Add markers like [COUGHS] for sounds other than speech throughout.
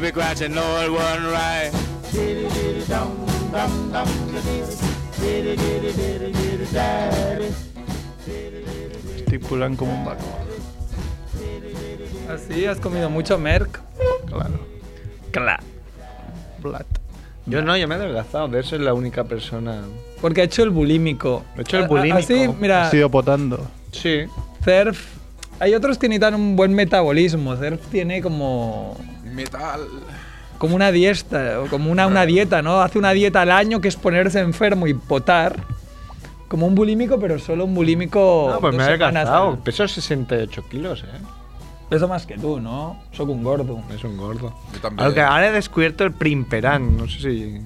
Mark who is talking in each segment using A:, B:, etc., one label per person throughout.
A: be scratching the old one right.
B: Estipulan como un vaco.
C: Así, has comido mucho merc.
B: Claro.
C: Claro.
B: Blat. Yo no, yo me he adelgazado. De eso es la única persona.
C: Porque ha hecho el bulímico.
B: He hecho
A: Ah,
B: el bulímico.
C: A- a- Así, mira,
B: Ha
A: Sigo potando.
B: Sí.
C: Cerf. Hay otros que necesitan un buen metabolismo. Cerf tiene como.
D: Metal.
C: Como una dieta, o como una, una dieta, ¿no? Hace una dieta al año que es ponerse enfermo y potar. Como un bulímico, pero solo un bulímico.
B: No, pues me he
C: dos semanas
B: adelgazado.
C: al-
B: Peso 68 kilos, ¿eh?
C: Peso más que tú, ¿no? Soy un gordo.
B: Es un gordo.
D: Yo también.
B: Aunque ahora he descubierto el primperán. No sé si.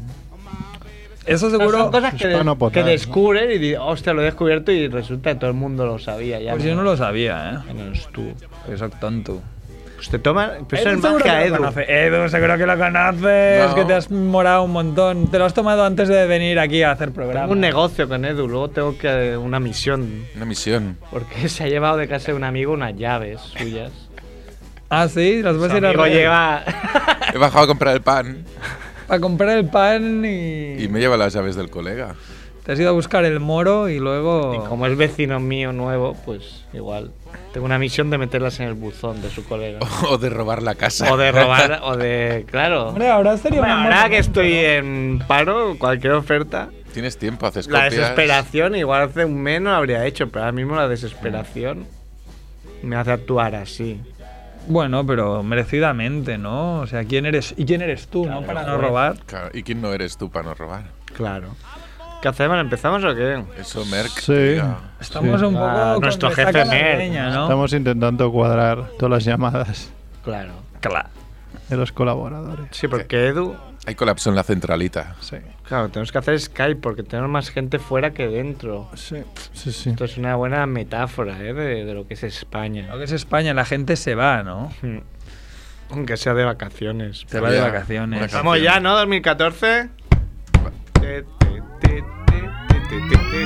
C: Eso
B: Pero
C: seguro.
B: son cosas que,
A: Es para Ah, no potar,
B: que descubres y dices, hostia, lo he descubierto y resulta que todo el mundo lo sabía ya.
C: Pues yo no lo sabía,
B: Ya
C: ¿eh?
B: no eres tú.
C: Eso es tonto.
B: Pues te toma. Pues
C: Edu
B: es más
C: seguro
B: que a
C: que lo
B: Edu.
C: conoce. Edu, seguro que lo conoces,
D: No.
C: que te has morado un montón. Te lo has tomado antes de venir aquí a hacer programa.
B: Tengo un negocio con Edu, luego tengo que una misión.
D: Una misión.
B: Porque [LAUGHS] se ha llevado de casa de un amigo unas llaves [LAUGHS] suyas.
C: Ah, sí, las vas
B: Su
C: a ir a
B: amigo
C: Reus
B: [LAUGHS] lleva.
D: He bajado a comprar el pan [LAUGHS]
C: a comprar el pan y...
D: y me lleva las llaves del colega.
C: Te has ido a buscar el moro y luego...
B: Y como es vecino mío nuevo, pues igual. Tengo una misión de meterlas en el buzón de su
D: [LAUGHS]
B: colega.
D: O de robar la casa.
B: O de robar, o de. Claro.
C: Hombre, ahora sería
B: Bueno,
C: una
B: ahora
C: buena
B: que
C: pregunta,
B: estoy
C: ¿no?
B: en paro, cualquier oferta.
D: Tienes tiempo, haces
B: La
D: copias.
B: desesperación, igual hace un mes no lo habría hecho, pero ahora mismo la desesperación me hace actuar así.
C: Bueno, pero merecidamente, ¿no? O sea, ¿quién eres? ¿Y quién eres tú, no? Para no
B: joder.
C: robar.
D: Claro, ¿Y quién no eres tú para no robar?
B: Claro. ¿Qué hacemos? ¿Empezamos o qué?
D: Eso, Merck.
A: Sí.
D: diga.
C: Estamos
A: Sí.
C: un poco...
B: Ah,
C: con
B: nuestro
C: resaca
B: jefe nerd.
C: navideña, ¿no?
A: Estamos intentando cuadrar todas las llamadas
B: Claro.
C: Claro.
A: de los colaboradores.
B: Sí, porque Edu.
D: Hay colapso en la centralita.
A: Sí.
B: Claro, tenemos que hacer Skype porque tenemos más gente fuera que dentro.
A: Sí, sí, sí.
B: Esto es una buena metáfora ¿eh? de, de lo que es España.
C: Lo que es España, la gente se va, ¿no?
B: Mm. Aunque sea de vacaciones.
C: Se va de
D: Ya,
C: vacaciones.
D: una canción.
B: Vamos ya, ¿no? 2014. Te, te, te, te, te, te, te.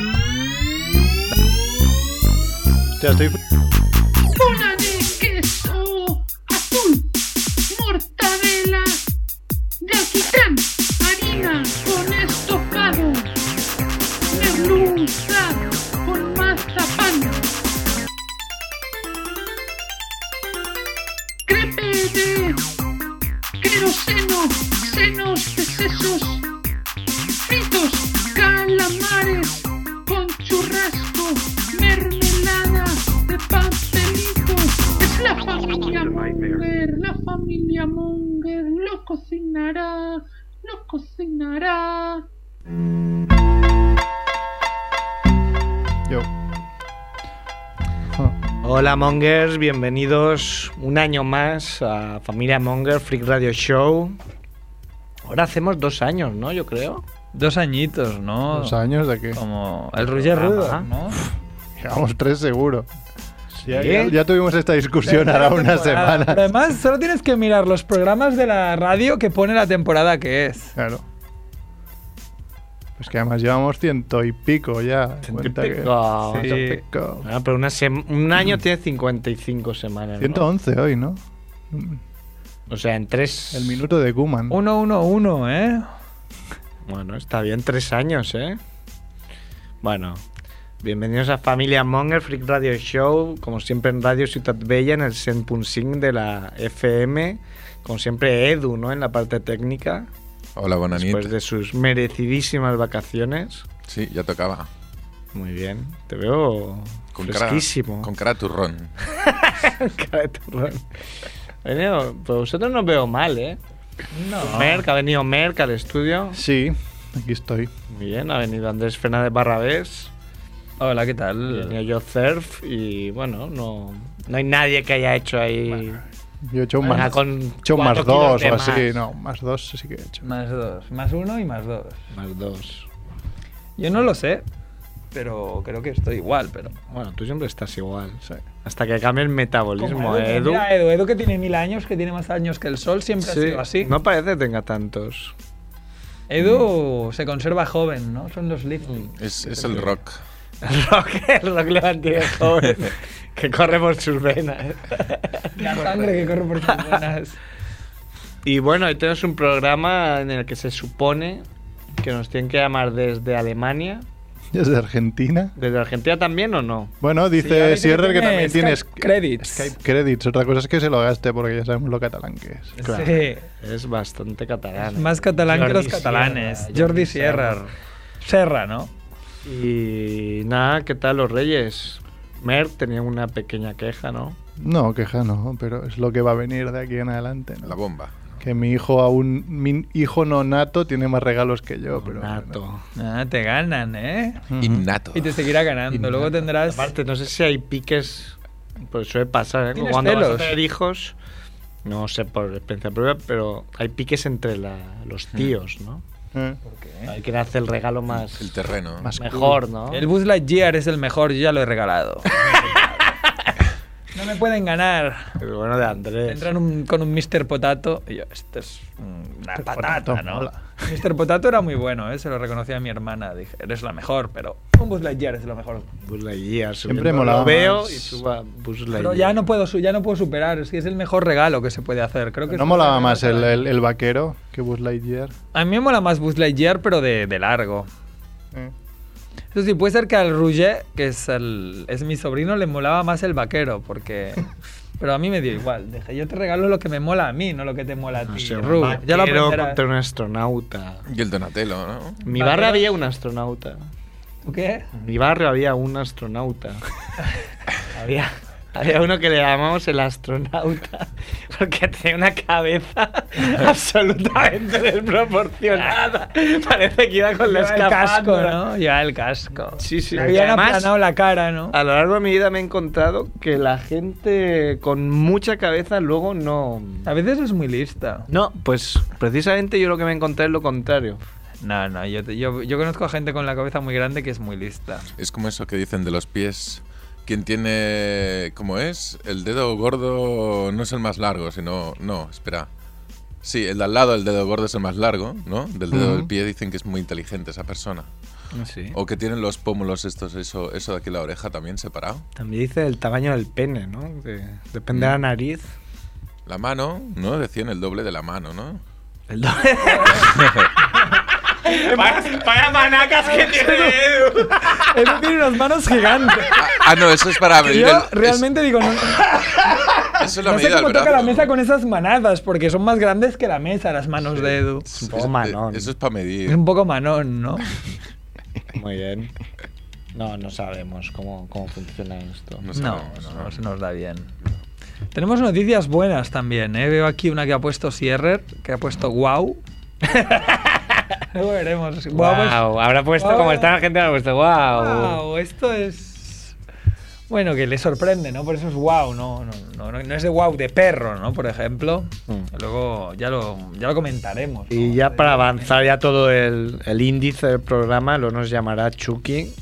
B: Hostia, estoy
E: bola de queso azul, mortadela de alquitrán, harina con estofado, merluza con mazapán, crepe de queroseno, senos de sesos, fritos, calamares con churrasco, mermelada de pastelito. Es la familia Munger, la familia Munger lo cocinará, lo cocinará.
A: Yo. Ah,
B: Hola Mongers, bienvenidos un año más a Familia Monger Freak Radio Show. Ahora hacemos dos años, ¿no? Yo creo.
C: Dos añitos, ¿no?
A: ¿Los años de qué?
C: Como el Roger
B: Ajá.
C: Rudo, ¿no?
A: Llevamos tres seguro. Ya,
B: ¿Sí?
A: ya- ya tuvimos esta discusión
C: Tercera
A: ahora [LAUGHS] una
C: temporada. Pero
A: semana.
C: Además, solo tienes que mirar los programas de la radio que pone la temporada que es.
A: Claro. Pues que además llevamos ciento y pico ya. Cuenta que-
B: Típico.
C: Sí.
A: Ciento y pico.
B: Ah, pero una sem- un año tiene 55 semanas. ¿no?
A: 111 hoy, ¿no?
B: O sea, en tres.
A: El minuto de Kuman.
C: 1-1-1, ¿eh?
B: Bueno, está bien, tres años, ¿eh? Bueno, bienvenidos a Familia Monger Freak Radio Show, como siempre en Radio Ciutat Bella, en el 100.5 de la FM. Como siempre, Edu, ¿no? En la parte técnica.
D: Hola, buena
B: Después de sus merecidísimas vacaciones.
D: Sí, ya tocaba.
B: Muy bien. Te veo
D: Con cara,
B: fresquísimo.
D: con cara turrón.
B: [LAUGHS] cara de turrón. Ha venido- Pero vosotros no os veo mal, ¿eh? No. Merck, ha venido Merck al estudio.
A: Sí, aquí estoy.
B: Muy bien, ha venido Andrés Fernández Barrabés.
C: Hola, ¿qué
B: ha
C: tal?
B: venido yo Surf y bueno, no, no hay nadie que haya hecho ahí.
A: Yo he hecho un
B: Venga,
A: más,
B: con
A: he hecho un
B: cuatro
A: más
B: kilos
A: dos
B: de
A: o así.
B: más.
A: No, más dos sí que he hecho.
C: Más dos. Más uno y más dos.
B: Más dos.
C: Yo no lo sé, pero creo que estoy igual, pero...
B: Bueno, tú siempre estás igual.
A: Sí.
B: Hasta que cambie el metabolismo, ¿eh, Edu.
C: Mira, Edu, Edu que tiene mil años, que tiene más años que el sol, siempre ha
B: Sí,
C: sido así.
B: No parece que tenga tantos.
C: Edu se conserva joven, ¿no? Son los [LAUGHS] lifting.
D: Es, es el rock.
B: El [LAUGHS] rock, el rock le mantiene [LAUGHS] joven, que corre por sus venas.
C: La sangre que corre por sus venas.
B: Y bueno, hoy tenemos un programa en el que se supone que nos tienen que llamar desde Alemania.
A: ¿Desde Argentina?
B: ¿Desde Argentina también o no?
A: Bueno,
C: Sí, ya
A: dice
C: dice
A: Sierra que, también tiene
C: Skype
A: Skype
C: credits.
A: Skype credits. Otra cosa es que se lo gaste porque ya sabemos lo catalán que es.
B: Claro.
C: Sí.
B: Es bastante catalán. ¿eh?
C: Más catalán que
B: Jordi
C: los catalanes.
B: Sierra,
C: Jordi Sierra. Serra, ¿no?
B: Y nada, ¿qué tal los Reyes? Mer tenía una pequeña queja, ¿no?
A: No, queja no, pero es lo que va a venir de aquí en adelante. ¿no?
D: La bomba.
A: Que mi hijo aún, mi hijo no nato tiene más regalos que yo, pero
B: Nato.
C: Ah, te ganan, ¿eh?
A: bueno. Ujú.
D: Innato.
C: Y te seguirá ganando.
A: Innato.
C: Luego tendrás.
B: Aparte, no sé si hay piques. Pues suele pasar, ¿eh? Como
C: ¿Tienes
B: cuando vas a
C: celos?
B: tener hijos. No sé por experiencia propia, pero hay piques entre la- los tíos, ¿no?
A: Eh.
B: Hay quien hace el regalo más.
D: El terreno.
A: Más-
B: mejor, ¿no?
C: El Buzz Lightyear es el mejor, yo ya lo
A: [LAUGHS]
C: he regalado. no me pueden ganar.
B: El bueno de Andrés.
A: Pues
C: Entran un- con un Mr. Potato y yo, esto es una
A: Mr.
C: patata,
A: Potato
C: ¿no?
A: mola.
C: Mr. Potato era muy bueno, ¿eh? se lo reconocí a mi hermana. Dije, eres la mejor, pero un Buzz Lightyear es lo mejor.
B: Buzz Lightyear,
A: Siempre
B: subiendo,
A: molaba
B: Lo veo
A: más.
B: y suba Buzz
C: Pero
B: Lightyear.
C: ya no puedo, su- ya no puedo superar, es que es el mejor regalo que se puede hacer. Creo que
A: ¿No
C: es-
A: molaba más el, el- el vaquero que Buzz Lightyear?
C: A mí me mola más Buzz Lightyear, pero de, de largo.
A: ¿eh?
C: Eso sí, puede ser que al Rouget, que es, el- es mi sobrino, le molaba más el vaquero,
B: [LAUGHS]
C: porque... Pero a mí me dio igual. Dije, yo te regalo lo que me mola a mí, no lo que te mola a ti.
B: No sé,
C: Ru.
B: un
C: ya lo
B: vaquero
C: aprenderás.
B: contra un astronauta.
D: Y el Donatello, ¿no?
B: En Mi
C: Vaquero.
B: barrio había un astronauta.
C: ¿Tú qué?
B: En Mi barrio había
C: [LAUGHS]
B: un astronauta. había, había uno que le llamamos el astronauta [LAUGHS] porque tenía
C: [LAUGHS]
B: una cabeza absolutamente
C: [LAUGHS]
B: desproporcionada. Parece que iba con la
C: Lleva el casco,
B: escafandra.
C: ¿no? Lleva el casco.
B: Sí, sí.
C: Le habían
B: Y además-
C: aplanado la cara, ¿no?
B: A lo largo de mi vida me he encontrado que la gente con mucha cabeza luego no.
C: A veces es muy lista.
B: No, pues precisamente yo lo que me encontré es lo contrario.
C: No, no, yo, te- yo, yo conozco a gente con la cabeza muy grande que es muy lista.
D: Es como eso que dicen de los pies. Quien tiene, ¿cómo es? El dedo gordo no es el más largo, sino, no, espera. Sí, el de al lado, el dedo gordo es el más largo, ¿no? Del dedo
A: Ujú.
D: del pie dicen que es muy inteligente esa persona.
B: Ah, Sí.
D: O que tienen los pómulos estos, eso, eso de aquí la oreja también separado.
B: También dice el tamaño del pene, ¿no? De- depende de la nariz.
D: La mano, ¿no? Decían el doble de la mano, ¿no?
B: El [LAUGHS] doble. vaya, manacas
C: [LAUGHS]
B: que tiene
C: Él tiene unas manos gigantes.
D: Ah, ah, no, eso es para
C: [LAUGHS]
D: medir
C: Yo
D: el... es-
C: realmente digo, no,
D: eso es la
C: no sé
D: medida
C: cómo
D: del
C: toca la
D: brazo.
C: mesa con esas manadas, porque son más grandes que la mesa, las manos de Edu.
D: Es-
B: Oh,
D: es-
B: Manón.
D: Eso es para medir.
C: Es un poco manón, ¿no?
B: Muy bien. No, no sabemos cómo, cómo funciona esto.
D: No,
C: No,
D: sabemos,
C: no, se nos da bien. Tenemos noticias buenas también, ¿eh? Veo aquí una que ha puesto Sierrer, que ha puesto wow. [LAUGHS] Luego veremos. Guau, pues-
B: Guau, habrá puesto
C: Guau.
B: como está la gente, habrá puesto wow.
C: Guau, esto es... Bueno, que le sorprende, ¿no? Por eso es wow, ¿no? No, no, no- no es de wow de perro, ¿no? Por ejemplo.
B: Mm.
C: Luego ya lo, ya lo comentaremos.
B: Y
C: ¿no?
B: ya para avanzar ya todo el, el índice del programa, lo nos llamará Chucky,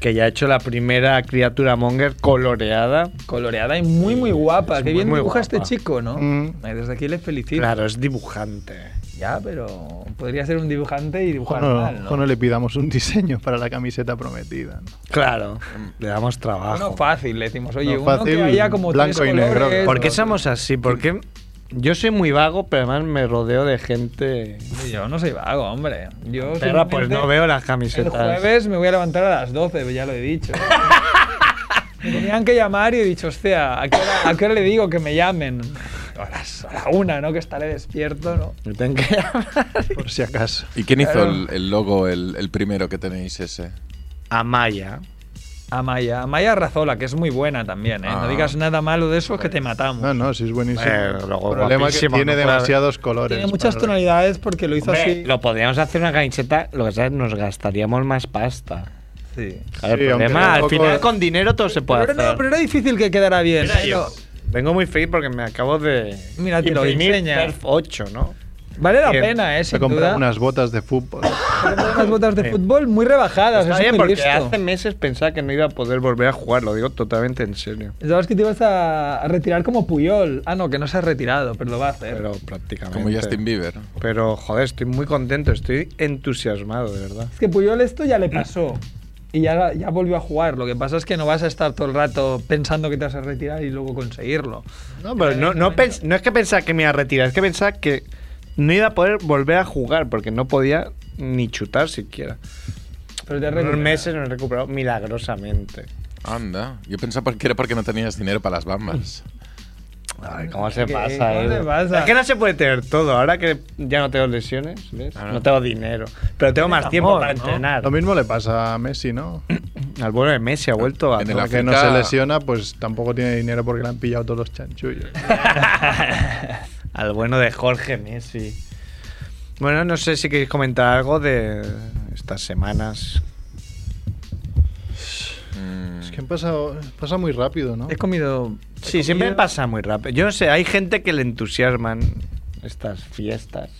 B: que ya ha hecho la primera criatura monger coloreada.
C: Coloreada y muy, muy guapa.
B: Es
C: Qué
B: muy,
C: bien
B: muy
C: dibuja
B: guapa.
C: este chico, ¿no?
A: Mm.
C: Ay, Desde aquí le felicito.
B: Claro, es dibujante.
C: Ya, pero podría ser un dibujante y dibujar
A: Ojo no-
C: mal, ¿no?
A: ojo no le pidamos un diseño para la camiseta prometida. ¿no?
B: Claro, le damos
C: Uno
B: trabajo.
C: fácil, le decimos. Oye,
A: No,
C: uno que
A: fácil,
C: haya como
A: blanco
C: tres
A: y negro.
C: colores,
B: ¿Por qué
C: o-
B: somos así? Porque yo soy muy vago, pero además me rodeo de gente...
C: Yo no soy vago, hombre. Yo
B: Pero pues
C: simplemente
B: no veo las
C: El
B: camisetas.
C: jueves me voy a levantar a las 12, ya lo he [LAUGHS] dicho. me tenían que llamar y he dicho, hostia, ¿a qué hora, a qué hora le digo que me llamen? A las- a la una, ¿no? Que estaré despierto, ¿no?
B: Me tengo que llamar.
A: Por si acaso.
D: ¿Y quién hizo
C: Claro.
D: el, el logo, el, el primero que tenéis ese?
B: Amaya.
C: Amaya. Amaya Razola, que es muy buena también, ¿eh? No
D: Ah.
C: digas nada malo de eso, que te matamos.
A: No, no, sí es buenísimo.
B: Eh,
A: El
B: luego
A: problema es que
B: guapísimo,
A: tiene
B: no puede haber-
A: demasiados colores.
C: Tiene muchas
A: para-
C: tonalidades porque lo hizo
B: Hombre,
C: así.
B: Lo podríamos hacer una camiseta, lo que sea, nos gastaríamos más pasta.
C: Sí.
B: Claro,
A: Sí,
B: el
A: aunque
B: problema, al
A: tampoco-
B: final con dinero todo se puede
C: Pero,
B: hacer.
C: no, pero era difícil que quedara bien. ¿eh?
B: Vengo muy feliz porque me acabo de
C: Mira, te lo
B: imprimir
C: enseña.
B: Perf 8, ¿no?
C: Vale la
B: Bien.
C: pena, ¿eh?
A: Se
C: Sin
A: compra
C: duda.
A: unas botas de fútbol.
C: unas botas de
B: Sí.
C: fútbol muy rebajadas.
B: Está
C: es
B: bien,
C: muy
B: porque
C: listo.
B: hace meses pensaba que no iba a poder volver a jugar, lo digo totalmente en serio.
C: Pensabas que te ibas a a retirar como Puyol. Ah, no, que no se ha retirado, pero lo va a hacer.
B: Pero prácticamente.
D: Como Justin Bieber.
B: Pero joder, estoy muy contento, estoy entusiasmado, de verdad.
C: Es que Puyol esto ya le pasó. y ya, ya volvió a jugar. Lo que pasa es que no vas a estar todo el rato pensando que te vas a retirar y luego conseguirlo.
B: No, pero no, no, pens- no es que pensaba que me iba a retirar, es que pensaba que no iba a poder volver a jugar porque no podía ni chutar siquiera.
C: Pero te has
B: Unos
C: recuperado.
B: meses me he recuperado milagrosamente.
D: Anda, yo pensaba que era porque no tenías dinero para las bambas.
B: Ay, ¿cómo se
C: ¿Qué?
B: pasa,
C: ¿Cómo
B: Edu?
C: se pasa?
B: Es que no se puede tener todo. Ahora que ya no tengo lesiones, ¿ves?
D: Claro.
B: No tengo dinero. Pero tengo más
C: Ah,
B: tiempo
C: amor,
B: para
C: ¿no?
B: entrenar.
A: Lo mismo le pasa a Messi, ¿no?
B: Al bueno de Messi ha vuelto a...
D: En el
A: Como que no
D: África-
A: se lesiona, pues tampoco tiene dinero porque le han pillado todos los chanchullos.
B: Al bueno de Jorge Messi. Bueno, no sé si queréis comentar algo de estas semanas.
D: Mm,
A: Es que han pasado, pasa muy rápido, ¿no?
C: He comido.
B: Sí, siempre pasa muy rápido. Yo no sé, hay gente que le entusiasman estas fiestas.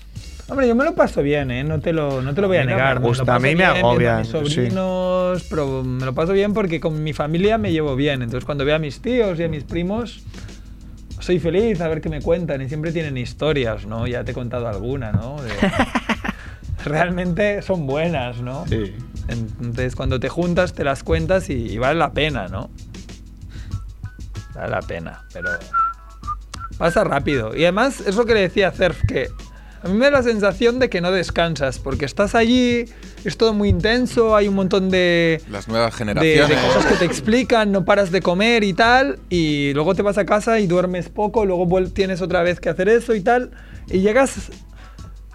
C: Hombre, yo me lo paso bien, ¿eh? No te lo, no te lo voy a,
B: A mí no me
C: negar. lo
B: gusta, a
C: paso
B: mí me
C: bien viendo
B: agobia,
C: A mis
B: sí.
C: sobrinos, pero me lo paso bien porque con mi familia me llevo bien. Entonces, cuando veo a mis tíos y a mis primos, soy feliz a ver qué me cuentan. Y siempre tienen historias, ¿no? Ya te he contado alguna, ¿no? De-
B: [LAUGHS]
C: Realmente son buenas, ¿no?
B: Sí.
C: Entonces, cuando te juntas, te las cuentas y, y vale la pena, ¿no? Vale la pena, pero pasa rápido. Y además, es lo que le decía a Cerf, que a mí me da la sensación de que no descansas, porque estás allí, es todo muy intenso, hay un montón de,
D: Las nuevas
C: de- de,
D: generaciones.
C: cosas que te explican, no paras de comer y tal, y luego te vas a casa y duermes poco, luego vuel- tienes otra vez que hacer eso y tal, y llegas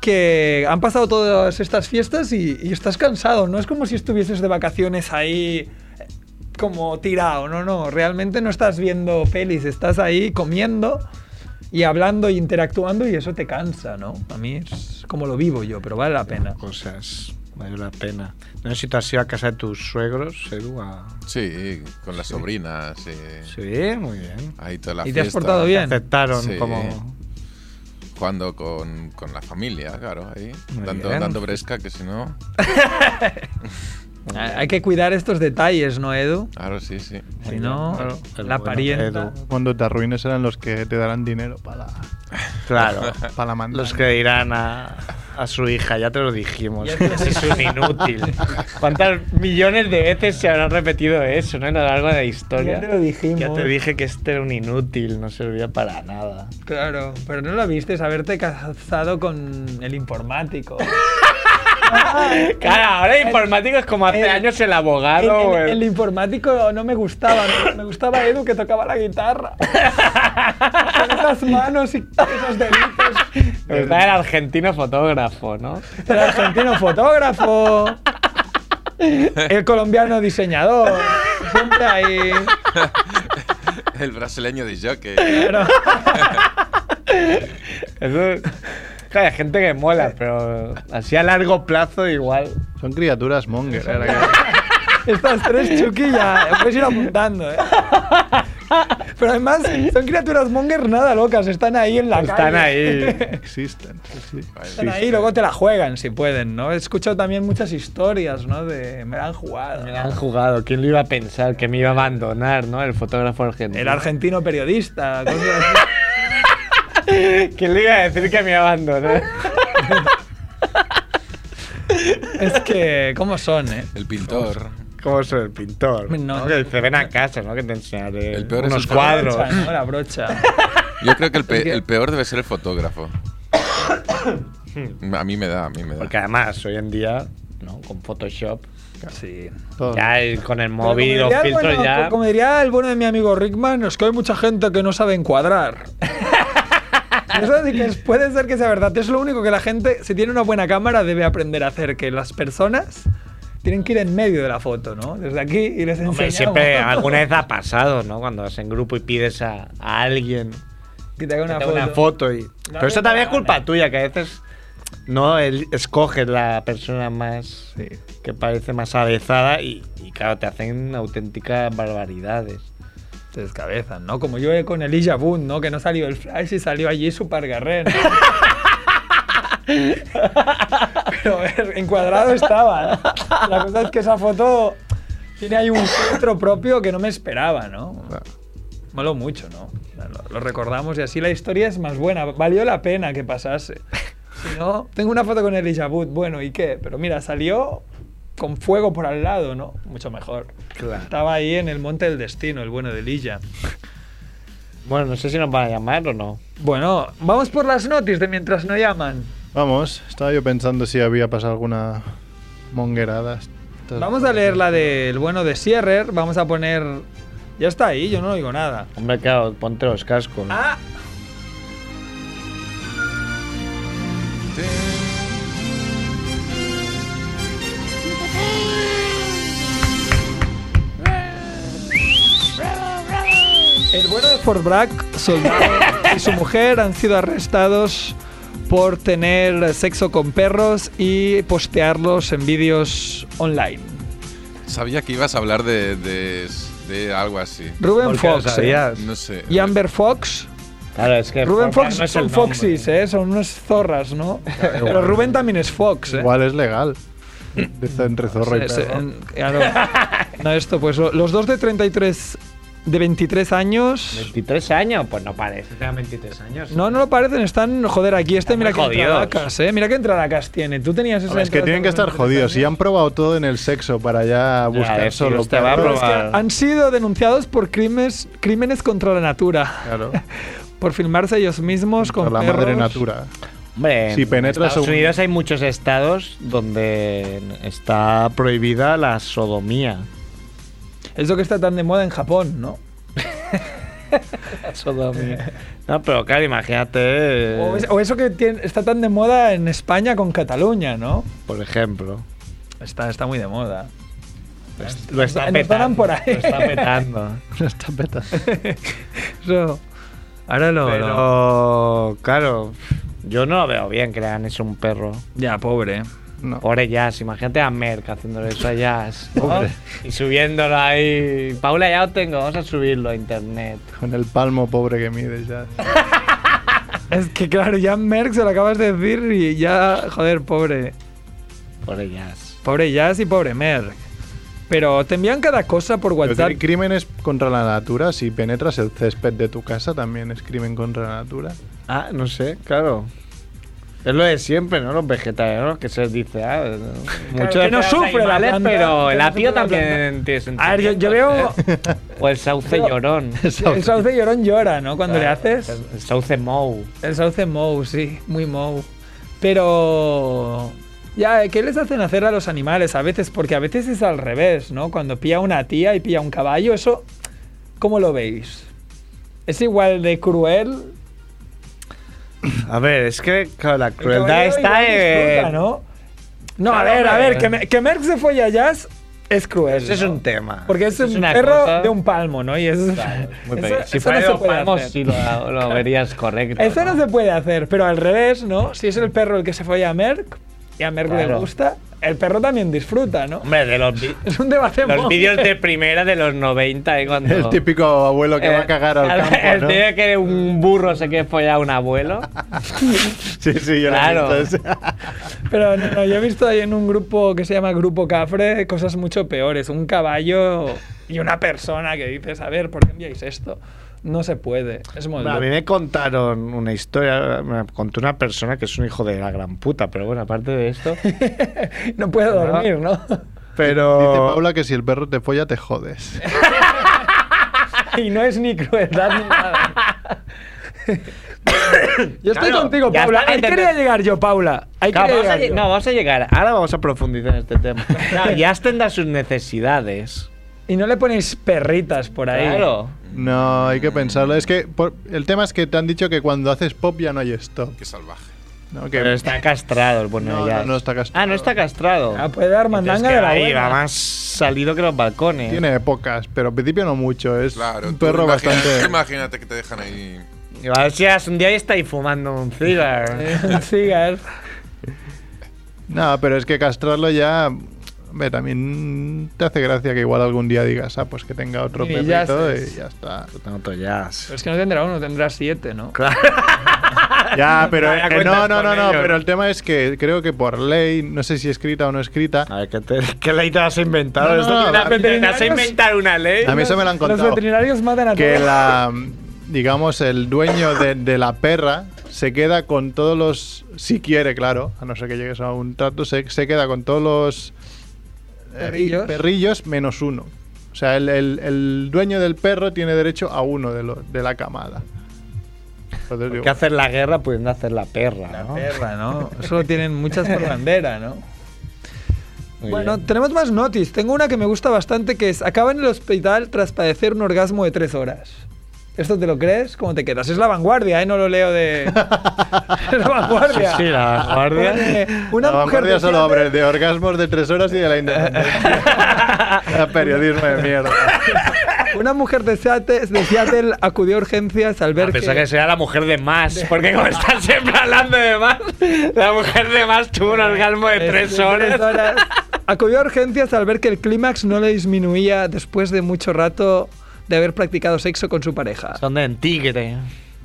C: que han pasado todas estas fiestas y, y estás cansado, no es como si estuvieses de vacaciones ahí eh, como tirado, no, no, realmente no estás viendo pelis, estás ahí comiendo y hablando e interactuando y eso te cansa, ¿no? A mí es como lo vivo yo, pero vale la pena.
B: Cosas. Vale la pena. No sé si tú has ido a casa de tus suegros, Edu. a-
D: Sí, con las sobrinas. Sí.
B: Sí, muy bien.
D: Ahí toda la
C: ¿Y te has
D: fiesta.
C: portado bien?
B: Aceptaron
D: Sí.
B: como...
D: Jugando con, con la familia, claro, ahí.
B: Muy
D: Dando,
B: bien.
D: dando bresca, que si no.
C: Hay que cuidar estos detalles, ¿no, Edu?
D: Claro, sí, sí.
C: Si no,
B: Claro, pero
C: la
B: bueno,
C: parienta.
B: Edu.
A: Cuando te arruines serán los que te darán dinero para
B: Claro.
A: la, para la manzana.
B: Los que dirán a, a su hija, ya te lo dijimos,
C: Ya
B: que
C: te lo
B: ese es un
C: dije.
B: inútil. [LAUGHS] ¿Cuántas millones de veces se habrán repetido eso ¿no? a lo largo de la historia?
C: Ya te lo dijimos.
B: Ya te dije que este era un inútil, no servía para nada.
C: Claro, pero no lo viste, es haberte casado con el informático. [LAUGHS]
B: Claro, ahora el informático es como hace
C: el-
B: años el
C: El,
B: abogado. o
C: el-
B: el-
C: el informático no me gustaba, me, me gustaba Edu que tocaba la guitarra. Con esas manos y esos deditos.
B: Me gustaba el argentino fotógrafo, ¿no?
C: El argentino fotógrafo. El colombiano diseñador. Siempre ahí.
D: [LAUGHS] El brasileño de Jockey.
C: Pero-
B: Eso, claro, hay gente que mola, pero así a largo plazo igual.
A: Son criaturas monger. ahora que-
C: Estas tres chuquillas, puedes ir apuntando, ¿eh? Pero además son criaturas monger nada locas, están ahí en la
B: Están
C: calle.
B: ahí. [LAUGHS]
A: Existen. sí, sí.
D: Vale.
C: Están ahí, luego te la juegan si pueden, ¿no? He escuchado también muchas historias, ¿no? De me la han jugado.
B: Me la han jugado. ¿Quién lo iba a pensar? Que me iba a abandonar, ¿no? El fotógrafo argentino.
C: El argentino periodista, cosas
B: [LAUGHS]
C: así.
B: ¿Quién le iba a decir que me iba a abandonar?
C: Es que, ¿cómo son, eh?
D: El pintor.
B: ¿Cómo soy el pintor?
C: No.
B: No. Que te ven a casa, ¿no? Que te enseñaré
D: El peor es
B: unos
D: el
B: cuadros.
C: La brocha, ¿no? La brocha.
D: Yo creo que
C: [LAUGHS]
D: el, pe- el peor debe ser
C: [COUGHS]
D: el fotógrafo. A mí me da, a mí me da.
B: Porque además, hoy en día, ¿no? Con Photoshop,
C: Sí.
A: Todo.
B: ya el- con el
C: Pero
B: móvil,
C: como diría
B: los
C: el
B: filtros
C: bueno-
B: ya...
C: Como diría el bueno de mi amigo Rickman, es que hay mucha gente que no sabe [LAUGHS] encuadrar. Eso sí que es- puede ser que sea verdad. Es lo único que la gente, si tiene una buena cámara, debe aprender a hacer, que las personas tienen que ir en medio de la foto, ¿no? Desde aquí y les enseñamos. [LAUGHS]
B: Hombre, siempre alguna vez ha pasado, ¿no? Cuando vas en grupo y pides a, a alguien
C: Que te haga
B: que
C: una
B: te
C: foto.
B: haga una foto y... Pero eso también es culpa tuya, que a veces no el- escoges la persona más...
C: Sí.
B: que parece más avezada y, y, claro, te hacen auténticas barbaridades.
C: Te descabezan, ¿no? Como yo con Elijah Boone, ¿no? Que no salió el Flash y salió allí Super Guerrero. Pero a ver, encuadrado estaba. ¿no? La cosa es que esa foto tiene ahí un centro propio que no me esperaba, ¿no? Malo mucho, ¿no? Lo, lo recordamos y así la historia es más buena. Valió la pena que pasase. Si no, tengo una foto con Elijah Wood, bueno, ¿y qué? Pero mira, salió con fuego por al lado, ¿no? Mucho mejor.
B: Claro.
C: Estaba ahí en el Monte del Destino, el bueno de Lilla.
B: Bueno, no sé si nos van a llamar o no.
C: Bueno, vamos por las noticias de mientras no llaman.
A: Vamos, estaba yo pensando si había pasado alguna monguerada. Estas-
C: Vamos a leer la del bueno de Sierrer. Vamos a poner. Ya está ahí, yo no oigo nada.
B: Hombre, claro, ponte los cascos.
C: ¡Ah! El bueno de Fort Bragg, soldado
B: [LAUGHS]
C: y su mujer han sido arrestados por tener sexo con perros y postearlos en vídeos online.
D: Sabía que ibas a hablar de, de, de algo así.
C: Rubén
B: Porque lo
C: Fox ¿eh?
B: sabías.
D: No sé.
C: y Amber Fox.
B: Claro, es que
C: Rubén
B: Fort Bragg
C: Fox
B: no es
C: son
B: el nombre.
C: foxys, ¿eh? son unas zorras, ¿no? Pero Rubén también es fox, ¿eh?
A: Igual es [LAUGHS] legal. Dice entre zorro y
C: Se- se-
A: perro.
C: en- claro.
A: [LAUGHS]
C: No, esto, pues lo- los dos de 33, de 23 años.
B: 23 años, pues no parece. Tenga 23 años.
C: No, no lo parecen, están, joder, aquí este,
B: Están
C: mira qué
B: muy jodidos.
C: entradacas, eh. Mira qué entradacas tiene. Tú tenías esa
A: Hombre, es que
C: entrada
A: tienen que
C: con
A: estar
C: 23
A: jodidos. Y
C: años.
A: han probado todo en el sexo para ya buscar
B: es que
A: solo.
B: este va a
A: perros.
C: Pero es que
B: probar.
C: han sido denunciados por crímenes, crímenes contra la natura.
A: Claro,
C: Por filmarse ellos mismos
A: a
C: [LAUGHS] con
A: la madre
C: perros.
A: natura.
B: Hombre,
A: Si penetras
B: en Estados
A: un-
B: Unidos hay muchos estados donde está prohibida la sodomía.
C: Es lo que está tan de moda en Japón, ¿no?
B: sodomía. No, pero claro, imagínate, eh,
C: [LAUGHS] O, es- o eso que tiene- está tan de moda en España con Cataluña, ¿no?
B: por ejemplo.
C: Está, está muy de moda.
B: Lo está
C: Nos
B: petando.
C: donan por ahí.
B: Lo está petando.
C: [LAUGHS] Eso. Ahora lo. lo-
B: Pero, claro, yo no lo veo bien que le hagan eso a un perro.
C: Ya, pobre.
A: No.
B: Pobre Jazz, imagínate a Merck haciéndole eso a [LAUGHS] Jazz. ¿no? Y subiéndolo ahí. Paula, ya lo tengo, vamos a subirlo a internet.
A: Con el palmo pobre que mide ya.
C: Es que claro, ya Merck se lo acabas de decir y ya. Joder, pobre.
B: Pobre Jazz.
C: Pobre Jazz y pobre Merck. Pero te envían cada cosa por
A: Pero
C: WhatsApp.
A: tiene crímenes contra la natura. Si penetras el césped de tu casa, también es crimen contra la natura.
B: Ah, no sé, claro. Es lo de siempre, ¿no? Los vegetarianos que se dice, ah, eh, mucho
C: que
B: de
C: no
B: los
C: sufre la
B: animales,
C: planta,
B: pero
C: que
B: el
C: no sufre
B: apio
C: la
B: también tiene
C: A ver, yo, yo
B: sentimientos,
C: veo.
B: ¿eh? O el sauce [LAUGHS] llorón.
C: [LAUGHS] El sauce llorón llora, ¿no? Cuando
B: Claro,
C: le haces.
B: El sauce mou.
C: El sauce Mou, sí, muy Mou. Pero. Ya, ¿qué les hacen hacer a los animales a veces? Porque a veces es al revés, ¿no? Cuando pilla una tía y pilla un caballo, eso. ¿Cómo lo veis? ¿Es igual de cruel?
B: A ver, es que claro, la
C: El caballo igual disfruta, ¿no? No, a
B: Claro,
C: ver, a
B: hombre.
C: ver, que, me- que Merck se folla a Jazz es cruel.
B: Ese es
C: ¿no?
B: un tema.
C: Porque es,
B: Eso
C: un
B: una
C: perro
B: cosa-
C: de un palmo, ¿no? Y eso,
B: Muy
C: eso-
B: pequeño.
C: eso
B: si
C: no
B: fuera
C: se
B: de los
C: puede
B: palmos,
C: hacer.
B: sí lo, lo verías correcto.
C: Eso no se puede hacer, pero al revés, ¿no? Si es el perro el que se folla a Merck y a Merck le
B: Claro.
C: gusta, el perro también disfruta, ¿no?
B: Hombre, de los, [LAUGHS] vi-
C: [LAUGHS] Es un debate
B: los
C: muy-
B: vídeos de primera de los 90, ahí cuando.
A: El típico [LAUGHS] abuelo que va a
B: Eh,
A: cagar al
B: [LAUGHS] el- El
A: campo, ¿no?
B: tío que un burro se quiere follar a un [LAUGHS] abuelo.
A: Sí, sí, yo lo he
B: Claro.
A: visto ese.
C: Pero no, no, yo he visto ahí en un grupo que se llama Grupo Cafre cosas mucho peores. Un caballo y una persona que dices, a ver, ¿por qué enviáis esto? No se puede. Es muy
B: A mí me contaron una historia, me contó una persona que es un hijo de la gran puta, pero bueno, aparte de [LAUGHS] esto.
C: [LAUGHS] No puedo dormir, ¿no? [LAUGHS]
A: Dice
B: Pero.
A: Paula que si el perro te folla, te jodes.
C: Y no es ni crueldad ni nada. Yo estoy
B: Claro,
C: contigo,
B: ya
C: Paula.
B: está,
C: Ahí
B: entendé.
C: quería llegar yo, Paula. Ahí quería
B: Claro, vamos a
C: llegar
B: lle-
C: yo.
B: no, vamos a llegar. Ahora vamos a profundizar en este [LAUGHS] tema. Claro, ya tendrá sus necesidades.
C: Y no le ponéis perritas por ahí.
B: Claro.
A: [LAUGHS] No, hay que pensarlo. Es que por- el tema es que te han dicho que cuando haces pop ya no hay stop.
D: Qué salvaje.
A: ¿no?
B: Pero
A: Que
B: está castrado el bueno
A: No,
B: de jazz.
A: no, no está castrado.
B: Ah, no está castrado.
C: Ah, puede dar mandanga
B: Entonces,
C: de la
B: ahí
C: buena.
B: va más salido que los balcones.
A: tiene épocas, pero al principio no mucho. Es
D: Claro.
A: un
D: tú
A: perro
D: [LAUGHS] imagina-
A: bastante.
D: Imagínate que te dejan ahí.
B: Y va, o sea, un día ahí está ahí fumando un cigarro.
C: [LAUGHS] Un cigar.
A: No, pero es que castrarlo ya. Hombre, también te hace gracia que igual algún día digas, ah, pues que tenga otro
C: Y ya
A: perrito
C: se-
A: y ya
B: [LAUGHS]
A: está.
B: Otro jazz.
C: Pero es que no tendrá uno, tendrá siete, ¿no?
A: Ya, pero
B: Ya, ya
A: eh,
B: cuentas
A: no, no,
B: con
A: no, no,
B: ello.
A: pero el tema es que creo que por ley, no sé si escrita o no escrita,
B: A ver, ¿qué, te, qué ley te has inventado?
A: No, no,
B: Esto
A: no, los
B: te- te- te has
C: veterinarios-
B: inventado una ley.
A: a mí se me lo han
C: Los
A: contado,
C: veterinarios matan
A: [LAUGHS]
C: a
A: que
C: todos.
A: la, digamos, el dueño de, de la perra se queda con todos los, si quiere, claro, a no ser que llegues a un trato, se, se queda con todos los
C: Perrillos.
A: perrillos menos uno. O sea, el, el- el dueño del perro tiene derecho a uno de, lo- de la camada. Entonces digo,
B: Que hacer la guerra pudiendo hacer la perra,
C: La
B: ¿no?
C: perra, ¿no? Solo tienen muchas por bandera, ¿no?
B: Muy
C: bueno,
B: bien.
C: tenemos más notis. Tengo una que me gusta bastante que es acaba en el hospital tras padecer un orgasmo de tres horas. ¿Esto te lo crees? ¿Cómo te quedas? Es la vanguardia, ¿eh? No lo leo de... [LAUGHS] es la
B: Sí,
C: vanguardia.
B: Ah, sí, la
C: Pone,
B: guardia.
C: Una
A: la
C: mujer
A: vanguardia solo
C: defiende-
A: abre de orgasmos de tres horas y de la independencia. Ah, [LAUGHS] Periodismo de mierda.
C: Una mujer de Seattle, de Seattle acudió a urgencias al ver
B: A pesar Ah, que sea la mujer de más, porque como estás siempre hablando de más, la mujer de más tuvo un orgasmo de tres horas.
C: Acudió a urgencias al ver que el clímax no le disminuía después de mucho rato de haber practicado sexo con su pareja.
B: Son de tigre.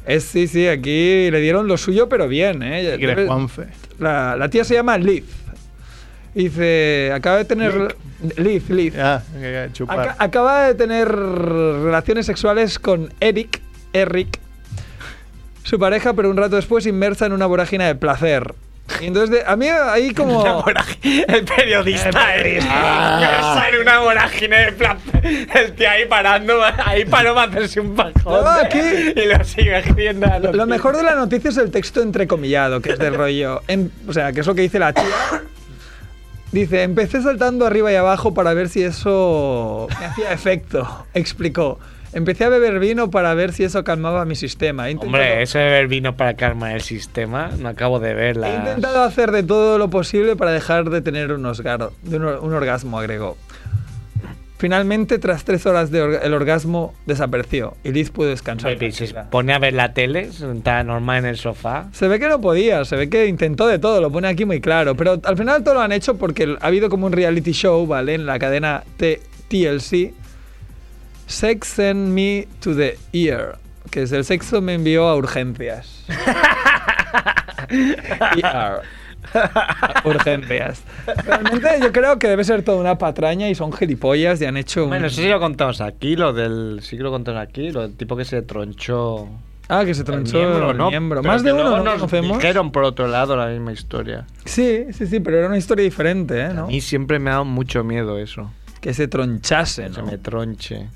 C: Es, sí, sí, aquí le dieron lo suyo, pero bien, ¿eh? Debe-
A: Juanfe.
C: la, la tía se llama Liz. Y Dice, acaba de tener... Liz, Liz.
A: Ya, que- que chupar.
C: Aca- acaba de tener relaciones sexuales con Eric, Eric, su pareja, pero un rato después inmersa en una vorágine de placer. Y entonces, de- a mí ahí
B: [LAUGHS]
C: como...
B: Una vorágine- El periodista Ah. es en una vorágine de placer. El tío ahí parando, ahí paró para hacerse un pajón.
C: No, aquí-
B: Y lo sigue haciendo. a los
C: Lo mejor
B: tíos.
C: de la noticia es el texto entrecomillado, que es del rollo. en- o sea, que es lo que dice la tía. Dice, empecé saltando arriba y abajo para ver si eso me hacía efecto. Explicó. Empecé a beber vino para ver si eso calmaba mi sistema. He intentado-
B: Hombre, eso de beber vino para calmar el sistema, no acabo de
C: He
B: verla.
C: intentado hacer de todo lo posible para dejar de tener un, osgar- de un, or- un orgasmo, agregó. Finalmente, tras tres horas, de orga- el orgasmo desapareció y Liz pudo descansar.
B: se
C: tranquila.
B: pone a ver la tele, sentada normal en el sofá.
C: Se ve que no podía, se ve que intentó de todo, lo pone aquí muy claro. Pero al final todo lo han hecho porque ha habido como un reality show, ¿vale? En la cadena T- TLC. Sex Send Me to the Ear. Que es el sexo me envió a
B: [LAUGHS]
C: urgencias. ER. Urgencias. Realmente yo creo que debe ser toda una patraña y son gilipollas y han hecho un...
B: Bueno, no sé si lo contamos aquí, lo del. Sí que lo contamos aquí, lo del tipo que se tronchó.
C: ah, que se
B: el
C: tronchó
B: miembro,
C: el
B: ¿no?
C: miembro.
B: Pero
C: Más
B: que
C: de uno
B: luego
C: no
B: nos
C: conocemos.
B: Dijeron por otro lado la misma historia.
C: Sí, sí, sí, pero era una historia diferente, ¿eh?
B: A
C: ¿no?
B: mí siempre me ha dado mucho miedo eso.
C: Que se tronchase,
B: Que se
C: ¿no?
B: me tronche.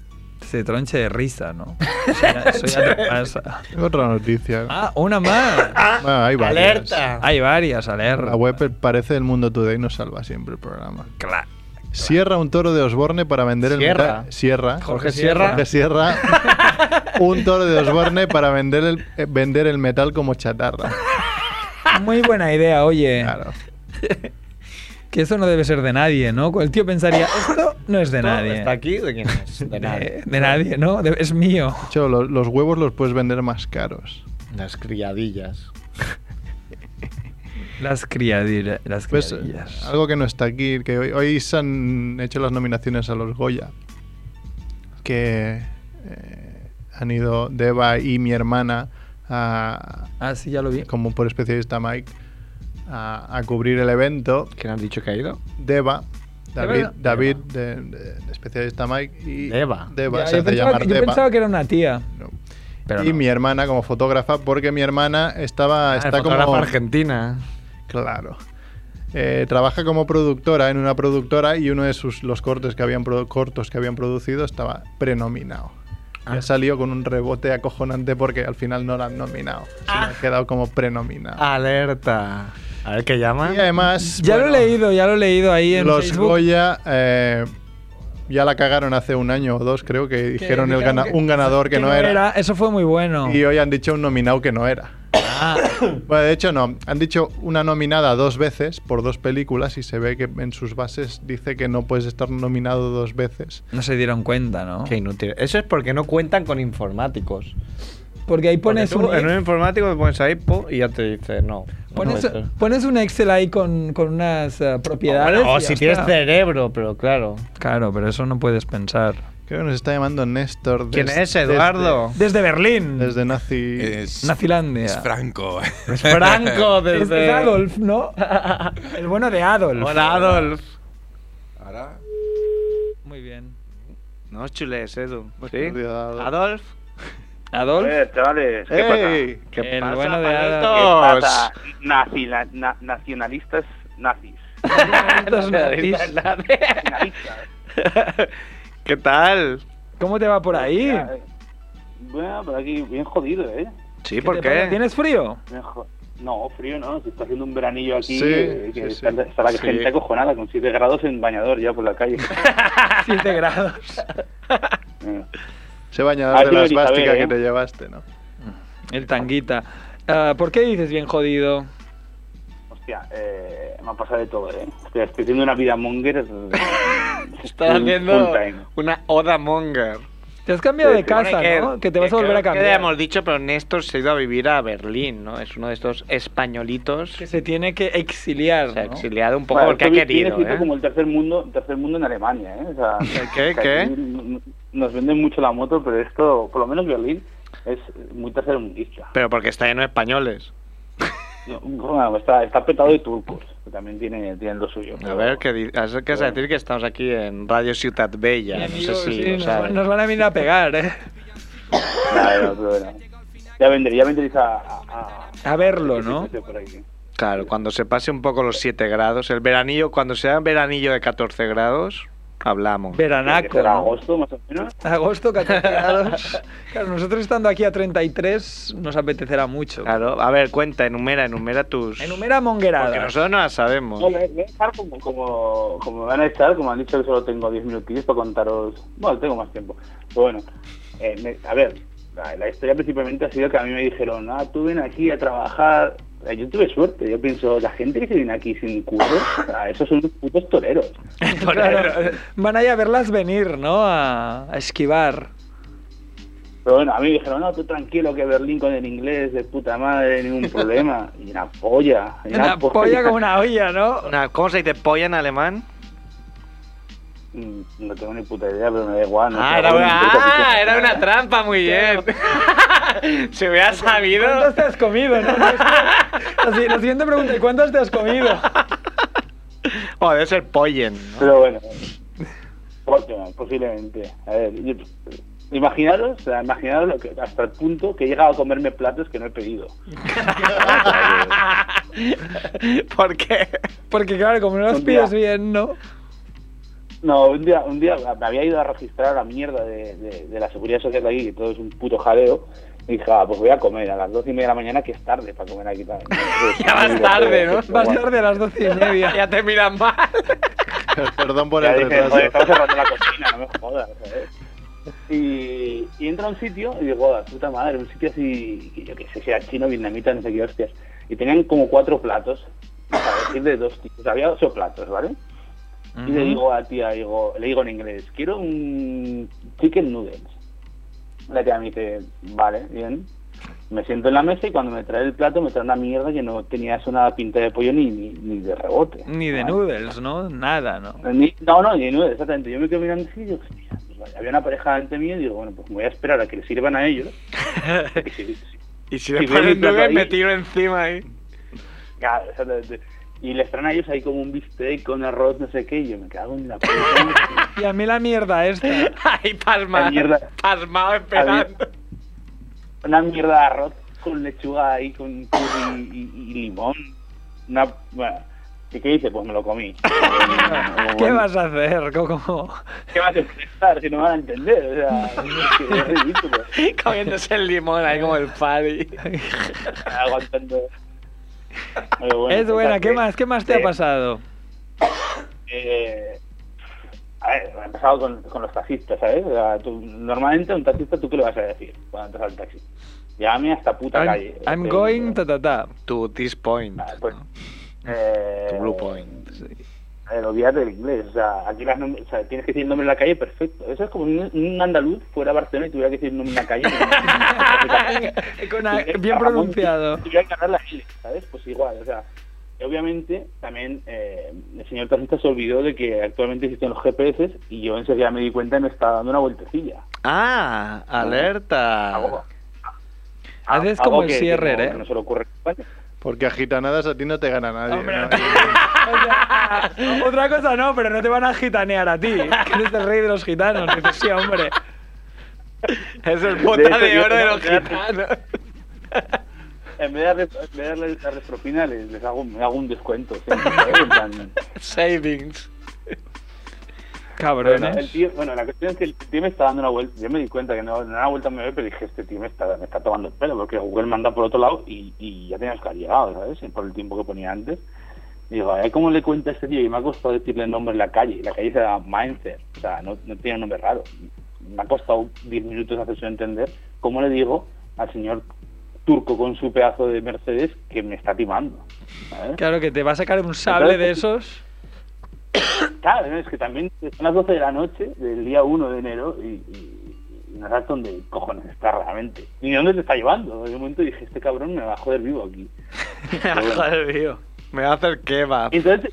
C: Se tronche de risa,
B: [LAUGHS]
C: ¿no? Eso ya- Eso ya te pasa.
A: Tengo otra noticia.
C: Ah, una más.
A: Ah, hay varias.
B: ¡Alerta!
C: Hay varias, Aler.
A: La web parece el mundo today nos salva siempre el programa.
C: Cla-
A: Sierra un toro de Osborne para vender el
B: Sierra.
A: metal. Sierra.
B: Jorge Sierra.
A: Jorge Sierra.
B: [LAUGHS]
A: un toro de Osborne para vender el, eh, vender el metal como chatarra.
C: Muy buena idea,
B: Eh.
C: oye.
A: Claro.
C: Que eso no debe ser de nadie, ¿no? El tío pensaría, esto no es de nadie.
B: ¿Está aquí? ¿De quién es? De nadie.
C: [LAUGHS] De, de nadie, ¿no? De- es mío.
A: De hecho, lo- los huevos los puedes vender más caros.
B: Las criadillas.
C: Las criadillas. Las
A: Pues,
C: criadillas.
A: algo que no está aquí, que hoy, hoy se han hecho las nominaciones a los Goya, que eh, han ido Deva y mi hermana a,
C: Ah, sí, ya lo vi.
A: como por especialista Mike, a, a cubrir el evento.
B: ¿Quién han dicho que ha ido?
A: Deva, David,
C: Deva.
A: David de, de- especialista Mike y
B: Deva.
A: Deva,
C: Ya,
A: se
C: yo,
A: hace
C: pensaba
A: llamar
C: que, yo
A: Deva.
C: pensaba que era una tía.
A: No.
C: Pero
A: y
C: no.
A: mi hermana como fotógrafa, porque mi hermana estaba,
B: Ah,
A: está
B: el fotógrafo
A: como
B: argentina.
A: Claro. Eh, trabaja como productora en una productora y uno de sus los cortes que habían produ- cortos que habían producido estaba prenominado.
C: Ah.
A: Ya salió con un rebote acojonante porque al final no la han nominado. sino
C: Ah.
A: ha quedado como prenominado.
B: ¡Alerta! A ver qué llama.
A: Y
C: eh.
A: además,
C: Ya lo
A: Pues bueno,
C: he leído, ya lo he leído ahí en
A: los
C: Facebook.
A: Goya eh, ya la cagaron hace un año o dos, creo que dijeron el
C: dijeron
A: gana-
C: que-
A: un ganador que, no, era,
C: Eso fue muy bueno.
A: y hoy han dicho un nominado que no era. [COUGHS] Bueno, de hecho no, han dicho una nominada dos veces por dos películas y se ve que en sus bases dice que no puedes estar nominado dos veces.
C: No se dieron cuenta, ¿no?
B: Qué inútil. Eso es porque no cuentan con informáticos.
C: Porque ahí pones
B: Porque tú
C: un,
B: En un informático te pones ahí po, y ya te dice no. no
C: pones,
B: puede ser.
C: pones un Excel ahí con, con unas eh, propiedades.
B: Bueno, o
C: y ya
B: si
C: está.
B: tienes cerebro, pero claro.
C: [LAUGHS] Claro, pero eso no puedes pensar.
A: Creo que nos está llamando Néstor. des-
B: ¿Quién es
A: desde-
B: Eduardo?
C: Desde Berlín.
A: Desde, Nazi.
D: Es,
C: Nazilandia.
D: es Franco.
B: Es Franco desde.
C: Es de Adolf,
B: [LAUGHS]
C: ¿no? El bueno de Adolf.
B: Hola Adolf.
D: Ahora,
C: Muy bien.
B: No chules, Edu.
A: ¿Sí? Adolf.
B: Adolf.
C: Adolf.
F: Eh, chavales, ¿qué
A: ¡Ey! Pues-
B: ¿Qué
C: El
B: pasa,
C: bueno de
B: Adolf?
F: pasa? ¿Qué pasa? Nazi- la- na- nacionalistas nazis.
C: Dos nariz.
F: eh.
B: ¿Qué tal?
C: ¿Cómo te va por ahí?
F: eh. Bueno, por aquí bien jodido, ¿eh?
B: Sí,
C: ¿Qué
B: ¿por
C: te
B: qué?
C: pasa? ¿Tienes
B: [LAUGHS]
C: frío?
F: Bien jo- No, frío no, se está haciendo un veranillo aquí
A: Sí,
F: eh,
A: sí,
F: que
A: sí.
F: está, está la
A: Sí.
F: gente acojonada con 7 grados en bañador ya por la
A: [LAUGHS]
F: calle.
C: 7 grados.
F: Eh,
A: Se bañador de
F: Adiós,
A: la
F: Isabel,
A: esvástica
F: ¿eh?
A: que te llevaste, ¿no? [LAUGHS]
C: El tanguita. Ah, ¿Por qué dices bien jodido?
F: hostia, eh, me ha pasado de todo, ¿eh? Hostia, estoy haciendo una vida monger. eh,
B: Estás
F: full-
B: haciendo
F: full time.
B: una oda monger.
C: Te has cambiado
F: Sí,
C: de
F: sí.
C: casa, ¿no? Que te vas a volver a
B: Que
C: cambiar.
B: habíamos dicho, pero Néstor se ha ido a vivir a Berlín, ¿no? Es uno de estos españolitos
C: Que
B: que se
C: se tiene que exiliar,
B: ha
C: ¿no?
B: exiliado un poco
F: Bueno,
B: porque ha
F: esto vi- viene
B: querido,
F: siendo
B: ¿eh?
F: como el tercer mundo, tercer mundo en Alemania, ¿eh? O sea,
B: [LAUGHS] ¿Qué,
F: que
B: qué?
F: aquí n- Nos venden mucho la moto, pero esto, por lo menos Berlín, es muy tercermundista.
B: Pero porque está lleno de españoles.
F: No, bueno, está, está petado de turcos, que también tiene, tienen lo suyo.
B: A
F: pero-
B: ver, ¿qué, di- has- qué vas a decir que estamos aquí en Radio Ciudad Bella?
C: Sí,
B: no
C: amigos,
B: sé si
C: sí,
B: lo
C: nos,
B: sabes.
C: nos van a venir a pegar, ¿eh?
F: Nada, no, pero bueno. Ya vendréis, ya vendréis a, a, este
C: A verlo, ¿no?
F: Por aquí.
B: Claro, cuando se pase un poco los 7 grados, el veranillo, cuando sea un veranillo de 14 grados, hablamos.
C: Veranaco.
F: Será
C: ¿no?
F: agosto, más o menos.
C: Agosto, 14
B: [LAUGHS]
C: grados. Claro, nosotros estando aquí a 33 nos apetecerá mucho.
B: Claro, a ver, cuenta, enumera, enumera tus...
C: Enumera
B: Porque
C: mongueradas.
B: nosotros no las sabemos. [LAUGHS]
F: No, le- le voy a echar como, como, como me van a echar, como han dicho que solo tengo 10 minutillos para contaros. Bueno, tengo más tiempo. Pero bueno, eh, me- a ver, la, la historia principalmente ha sido que a mí me dijeron, ah, tú ven aquí a trabajar. Eh, Yo tuve suerte, yo pienso, la gente que se viene aquí sin curro, o sea, esos son unos putos toreros.
C: [LAUGHS] Claro, van a ir a verlas venir, ¿no? A, a esquivar.
F: Pero bueno, a mí me dijeron, no, tú tranquilo que Berlín con el inglés de puta madre,
B: [LAUGHS]
F: ningún problema. Y una polla. y
C: Una polla como una olla, ¿no?
B: pues, Una- ¿Cómo se dice polla en alemán?
F: Mm, No tengo ni puta idea, pero me da igual. no
B: Ah,
F: sé,
B: era
F: algo
B: una,
F: me importa,
B: ah,
F: sí.
B: era una trampa, muy bien. [LAUGHS] Se hubiera sabido.
C: ¿Cuántas te has comido?
B: [LAUGHS]
C: no? La si- la siguiente pregunta, ¿y ¿cuántas te has comido?
B: O debe ser pollen. ¿no?
F: Pero bueno, Portland, posiblemente. A ver, yo- imaginaros, o sea, imaginaros lo que, hasta el punto que he llegado a comerme platos que no he pedido.
B: ¿Por qué?
C: Porque claro, como no las
F: Un día.
C: pides bien, ¿no?
F: No, un día, un día me había ido a registrar a la mierda de, de- de la seguridad social de aquí, que todo es un puto jaleo. Y dije, ah, pues voy a comer a las doce y media de la mañana, que es tarde para comer
B: [LAUGHS]
F: aquí. tal. Entonces,
B: Ya vas
F: digo,
B: tarde,
F: joder,
B: ¿no?
F: pues,
C: Vas
F: bueno.
C: tarde a las doce y media.
B: [LAUGHS] [LAUGHS] Ya te miran mal.
A: Perdón por
F: Ya
A: el
F: dije, joder,
A: retraso.
F: estamos cerrando la cocina, no me jodas. ¿sabes? Y, y entra a un sitio y digo, "Joder, puta madre, un sitio así, que yo qué sé, si era chino, vietnamita, no sé qué hostias. Y tenían como cuatro platos, para decir de dos tipos. Había ocho platos, ¿vale? Y le digo a la tía, digo, le digo en inglés, quiero un chicken noodles. La tía me dice, vale, bien. Me siento en la mesa y cuando me trae el plato me trae una mierda que no tenía eso nada pinta de pollo ni, ni, ni de rebote.
C: Ni de
F: ¿vale?
C: noodles, ¿no? Nada, ¿no?
F: Pues Ni- no, no, ni nueve, exactamente. Yo me quedo mirando así y digo, "Hostia, pues vale". había una pareja delante mío y digo, bueno, pues me voy a esperar a que le sirvan
C: [LAUGHS]
F: a ellos. Y si- si-
B: Y si le
F: Y ven
B: ponen
F: mi plato
B: nube,
F: ahí.
B: me tiro encima ahí.
F: claro, exactamente. Y les traen a ellos ahí como un bistec con arroz, no sé qué, y yo me cago en la puta.
C: Y a mí la mierda [LAUGHS] esta.
B: Ahí
F: La
B: palmado.
F: mierda.
B: Palmado esperando.
F: una mierda de arroz con lechuga ahí, con curry y, y- y limón. Una, bueno, ¿y qué hice? Pues me
C: [LAUGHS]
F: lo comí.
C: ¿Qué vas a hacer, Coco?
F: ¿Qué vas a expresar si no me van a entender? O sea, es ridículo.
B: [LAUGHS] Comiéndose el limón ahí como el party.
F: [LAUGHS] Aguantando. Pero bueno,
C: Es buena,
F: total,
C: ¿qué
F: que-
C: más? ¿Qué más te ha
F: que-
C: pasado?
F: eh, a ver, me ha pasado con, con los taxistas, ¿sabes? O sea, tú- normalmente a un taxista, ¿tú qué le vas a decir cuando entras al taxi? Llámame a esta puta
C: I'm,
F: calle.
C: I'm
F: Este,
C: going ta ta
F: [LAUGHS]
C: ta.
B: Tu this point.
F: ah, pues, eh,
B: [LAUGHS] Tu blue point.
F: El olvidar del inglés, o sea, aquí las nom- o sea, tienes que decir el nombre de la calle, perfecto. Eso es como un, un andaluz fuera de Barcelona y tuviera que decir el nombre de una calle.
C: [LAUGHS]
F: [LAUGHS]
C: Con a- bien pronunciado.
F: Tuviera que hablar la L, ¿sabes? Pues igual, o sea, obviamente también eh, el señor taxista se olvidó de que actualmente existen los GPS y yo enseguida me di cuenta y me estaba dando una vueltecilla.
B: Ah,
C: Ah.
F: Algo- Ah,
B: alerta.
C: Haces
F: algo
C: Ah, como el
F: que- que
C: cierre,
F: no-
C: ¿eh?
F: que No se le ocurre. a España.
A: Porque a gitanadas a ti no te gana nadie.
C: Hombre,
A: ¿no?
C: no te- O sea, otra cosa no, pero no te van a gitanear a ti. Que eres el rey de los gitanos. Dices, sí, hombre.
B: Es el bota
F: hecho,
B: de
F: yo
B: oro de
F: tengo
B: los
F: que dar-
B: gitanos.
F: en vez de darle, en vez de darle las propinas, les, les hago, me hago un descuento. siempre, ¿sabes? En plan,
B: Savings.
F: Bueno,
C: Cabrones.
F: el tío- bueno, la cuestión es que el tío me está dando una vuelta. Yo me di cuenta que no no era una vuelta me ve, pero dije, este tío me está, me está tomando el pelo, porque Google me anda por otro lado y, y ya teníamos que haber llegado, ¿sabes? Por el tiempo que ponía antes. Y digo, a ver cómo le cuenta a este tío. Y me ha costado decirle el nombre de la calle. La calle se llama Mainzer. O sea, no, no tiene nombre raro. Me ha costado 10 minutos hacerse entender cómo le digo al señor turco con su pedazo de Mercedes que me está timando. ¿sabes?
C: Claro que te va a sacar un sable de esos. [LAUGHS]
F: Claro, ¿no? es que también son las 12 de la noche del día 1 de enero y, y- y no sabes dónde cojones está realmente. Ni dónde te está llevando. En un momento dije, este cabrón me va a joder vivo aquí.
B: [LAUGHS] Joder, tío. Me va a hacer kebab.
F: Y entonces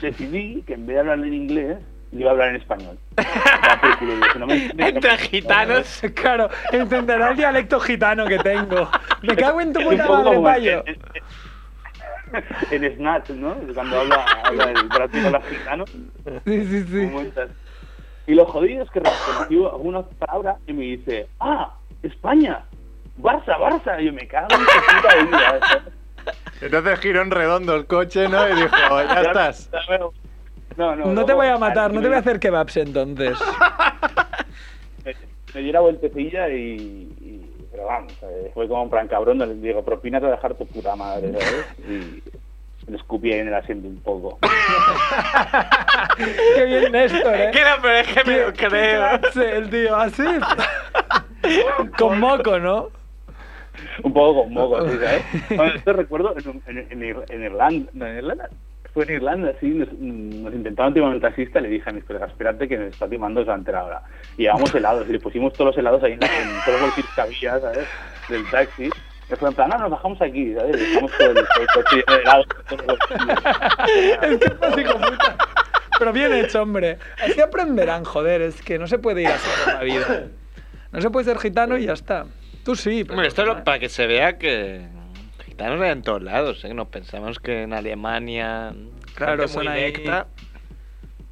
F: decidí que en vez de hablar en inglés, le iba a hablar en español. Ya, pues, culo, dije, no me entiendes, no me-
B: Entre gitanos.
C: Claro, entenderá el dialecto gitano que tengo. Me cago en tu
F: Es [LAUGHS] un
C: puta
F: poco
C: madre,
F: como
C: payo.
F: en- En en Snatch, ¿no? Cuando habla, habla el brazo con los gitanos.
C: Sí, sí, sí.
F: ¿Cómo estás? Y lo jodido es que reconocí alguna palabra y me dice, ah, España, Barça, Barça. Y yo me cago en tu puta vida. ¿eh?
A: Entonces giró en redondo el coche, ¿no? Y dijo, "Oh,
F: [LAUGHS]
A: ya estás.
F: No,
C: No
F: no,
C: te
F: luego,
C: voy a matar, no te voy a
F: me-
C: hacer kebabs entonces.
F: Me, me di la vueltecilla y, y- Pero vamos, eh, fue como un plan cabrón, no les digo, propina a dejar tu puta madre, ¿sabes? Y le escupí ahí en el asiento un poco.
C: Qué bien Néstor, ¿eh?
B: Que no, pero es que me lo
C: Qué
B: creo.
C: clase, el tío, así.
B: [LAUGHS]
C: Con moco, ¿no?
F: Un poco con moco, ¿sí, ¿sabes? Bueno, esto recuerdo en, en- en Ir- en Irlanda, no, en Irlanda, fue en Irlanda, sí, nos, nos intentaron timar el taxista, le dije a mis colegas, espérate que nos está timando durante la hora. Y llevamos helados, y le pusimos todos los helados ahí en, la- en todos los bolsillos que había, ¿sabes? Del taxi. Y fue en plan, no, nos bajamos aquí, ¿sabes? Dejamos todo el, todo el coche lleno de helados. en
C: Es
F: todos los bolsillos.
C: que fue así como puta. Pero bien hecho, hombre. Así aprenderán, joder, es que no se puede ir así por la vida. No se puede ser gitano y ya está. Tú sí, pero.
B: Hombre, esto es lo- para que se vea que gitanos hay en todos lados, ¿eh? Nos pensamos que en Alemania...
C: Claro,
B: gente muy
C: son ahí-
B: recta.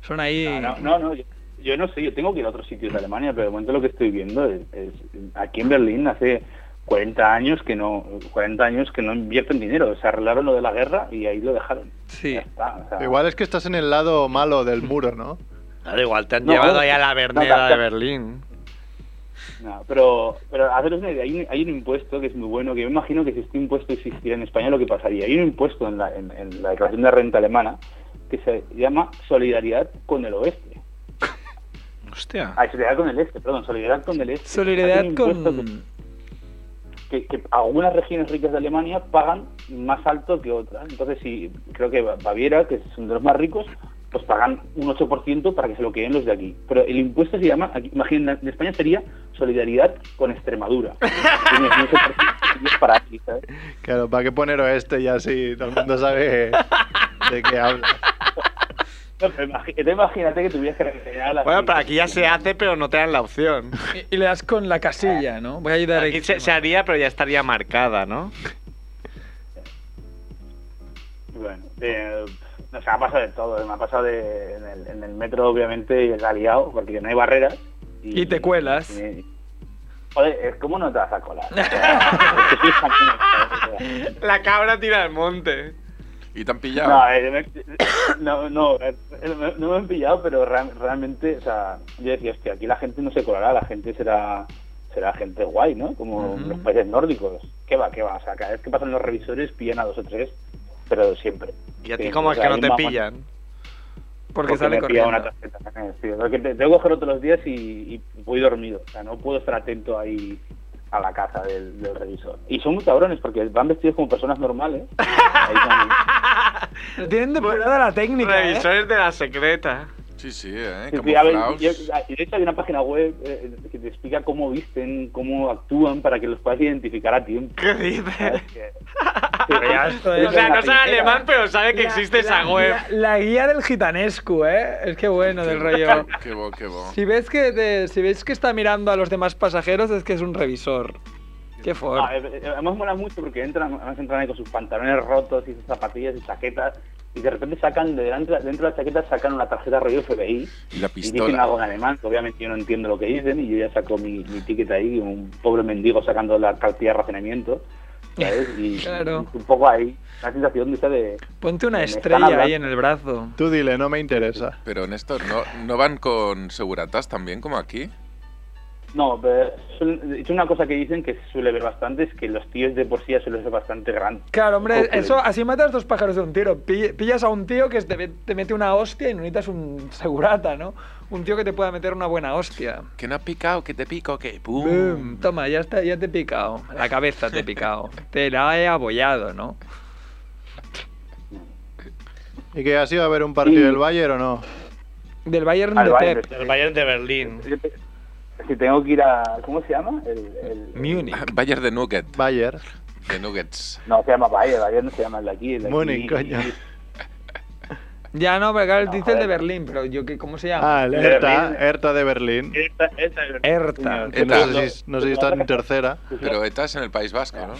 C: Son ahí.
F: No, no, no, yo, yo no sé, yo tengo que ir a otros sitios de Alemania, pero de momento lo que estoy viendo es, es aquí en Berlín hace 40 años que no 40 años que no invierten dinero, se arreglaron lo de la guerra y ahí lo dejaron.
C: Sí.
F: Ya está, o sea,
A: Igual es que estás en el lado malo del muro, ¿no?
B: Claro, igual te han
F: No,
B: llevado
F: no,
B: ahí a la
F: no,
B: verneda
F: no,
B: de
F: no.
B: Berlín.
F: no, pero pero haceros una idea, hay un, hay un impuesto que es muy bueno, que yo imagino que si este impuesto existiera en España lo que pasaría. Hay un impuesto en la, en- en la declaración de renta alemana que se llama solidaridad con el oeste.
B: Hostia.
F: Ah, solidaridad con el este, perdón, solidaridad con el este. Hay
C: Solidaridad
F: un impuesto que-
C: con.
F: que, que algunas regiones ricas de Alemania pagan más alto que otras. Entonces, si creo que Ba- Baviera, que es uno de los más ricos, pues pagan un 8% para que se lo queden los de aquí. Pero el impuesto se llama, aquí, imagina, en España sería solidaridad
B: [LAUGHS]
F: con Extremadura. Tiene un 8% es para aquí, ¿sabes?
A: Claro, ¿para qué poner oeste y así? Todo el mundo sabe de qué hablas.
F: No, pero imagi- entonces imagínate que tuvieras que rellenar las
B: Bueno, pero aquí ya se hace, pero no te dan la [LAUGHS] opción.
C: Y- Y le das con la casilla, ¿no? Voy a ayudar a
B: Aquí se, se haría, pero ya estaría marcada, ¿no?
F: Bueno, eh, o sea, ha pasado de todo. ¿eh? Me ha pasado de, en, el, en el metro, obviamente, la ha liado, porque no hay barreras.
C: Y te cuelas.
F: y- joder, ¿cómo no te vas
B: [LAUGHS]
F: a colar? O sea, es que sois jampones, o sea.
B: La cabra tira al monte.
D: Y te han pillado.
F: No, eh, me- no, no, eh, no, no me han pillado, pero real- realmente, o sea, yo decía, hostia, aquí la gente no se colará, la gente será será gente guay, ¿no? Como
C: Ujú.
F: los países nórdicos. ¿Qué va, qué va? O sea, cada vez que pasan los revisores pillan a dos o tres, pero siempre.
B: ¿Y a ti
F: Siempre,
B: cómo es
F: o
B: que
F: sea,
B: no
F: hay
B: te
F: un mamón-
B: pillan?
C: porque sale
F: me he pillado
C: corriendo.
F: una tarjeta. eh, sí, porque te- tengo que coger todos los días y, y voy dormido. O sea, no puedo estar atento ahí a la casa del, del revisor. Y son muy cabrones porque van vestidos como
C: [LAUGHS]
F: personas normales. Ahí con-
C: Eh, Tienen depurada la técnica. ¿eh?
B: Revisores de la [LAUGHS] secreta.
D: Sí, sí, ¿eh?
F: Sí, sí, a ver,
D: Camuflaos.
F: yo- yo- de hecho hay una página web eh, que te explica cómo visten, cómo actúan para que los puedas identificar a
C: [LAUGHS]
F: tiempo.
B: ¿Qué dices?
F: ¿sabes? Que-
C: ya esto es-
B: O sea, no sabe
F: La-
B: alemán, pero sabe que
C: La-
B: existe esa
C: la-
B: web.
C: La, la guía del gitanesco, ¿eh? Es que bueno, del rollo.
D: Qué bo, qué bo.
C: Si ves que te- si ves que está mirando a los demás pasajeros es que es un revisor. Qué
F: Ah,
C: fuerte.
F: eh, eh, además mola mucho porque entran, además entran ahí con sus pantalones rotos y sus zapatillas y chaquetas y de repente sacan de delante, dentro de la chaqueta sacan una tarjeta rollo FBI
D: Y la
F: y dicen
D: pistola.
F: algo en alemán que obviamente yo no entiendo lo que dicen y yo ya saco mi, mi ticket ahí un pobre mendigo sacando la cartilla de racionamiento ¿sabes? Y,
C: [LAUGHS] Claro.
F: y un poco ahí, la sensación de esa de...
C: Ponte una
F: Me están
C: estrella ahí en
F: hablando.
C: el brazo.
A: Tú dile, no me interesa.
D: Pero Néstor, ¿no, ¿no van con seguratas también como aquí?
F: No, pero suelen- es una cosa que dicen que se suele ver bastante, es que los tíos de por sí ya suelen ser bastante grandes.
C: Claro, hombre,
F: Ojo,
C: eso así matas dos pájaros de un tiro. Pi- Pillas a un tío que te, ve- te mete una hostia y no necesitas un segurata, ¿no? Un tío que te pueda meter una buena hostia.
D: Que no ha picado, que te pico, que pum.
C: Boom. Toma, ya, está, ya te he picado. La cabeza te he [LAUGHS] picado. te la he abollado, ¿no?
A: ¿Y que has ido a ver un partido
F: Sí.
A: del Bayern o no?
C: Del Bayern
F: Al
C: de
F: Bayern,
C: Pep.
G: El Bayern de Berlín.
F: Yo te- Si tengo que ir a... ¿Cómo se llama? El, el-
C: Múnich.
D: Bayern de Nugget,
A: Bayern.
D: de Nuggets.
F: No, se llama Bayern, Bayern no se llama el de aquí. El de aquí.
A: Múnich, coño.
C: Ya no, pero claro,
F: No,
C: dice el de
F: joder.
C: Berlín, pero yo qué, ¿cómo se llama?
A: Ah, el
G: De
A: Hertha,
G: Berlín.
A: Hertha de Berlín.
G: Esta, esta es
C: Hertha.
A: Que no
D: Eta.
A: sé si, no sé si está en tercera.
D: Pero estás en el País Vasco, ¿no?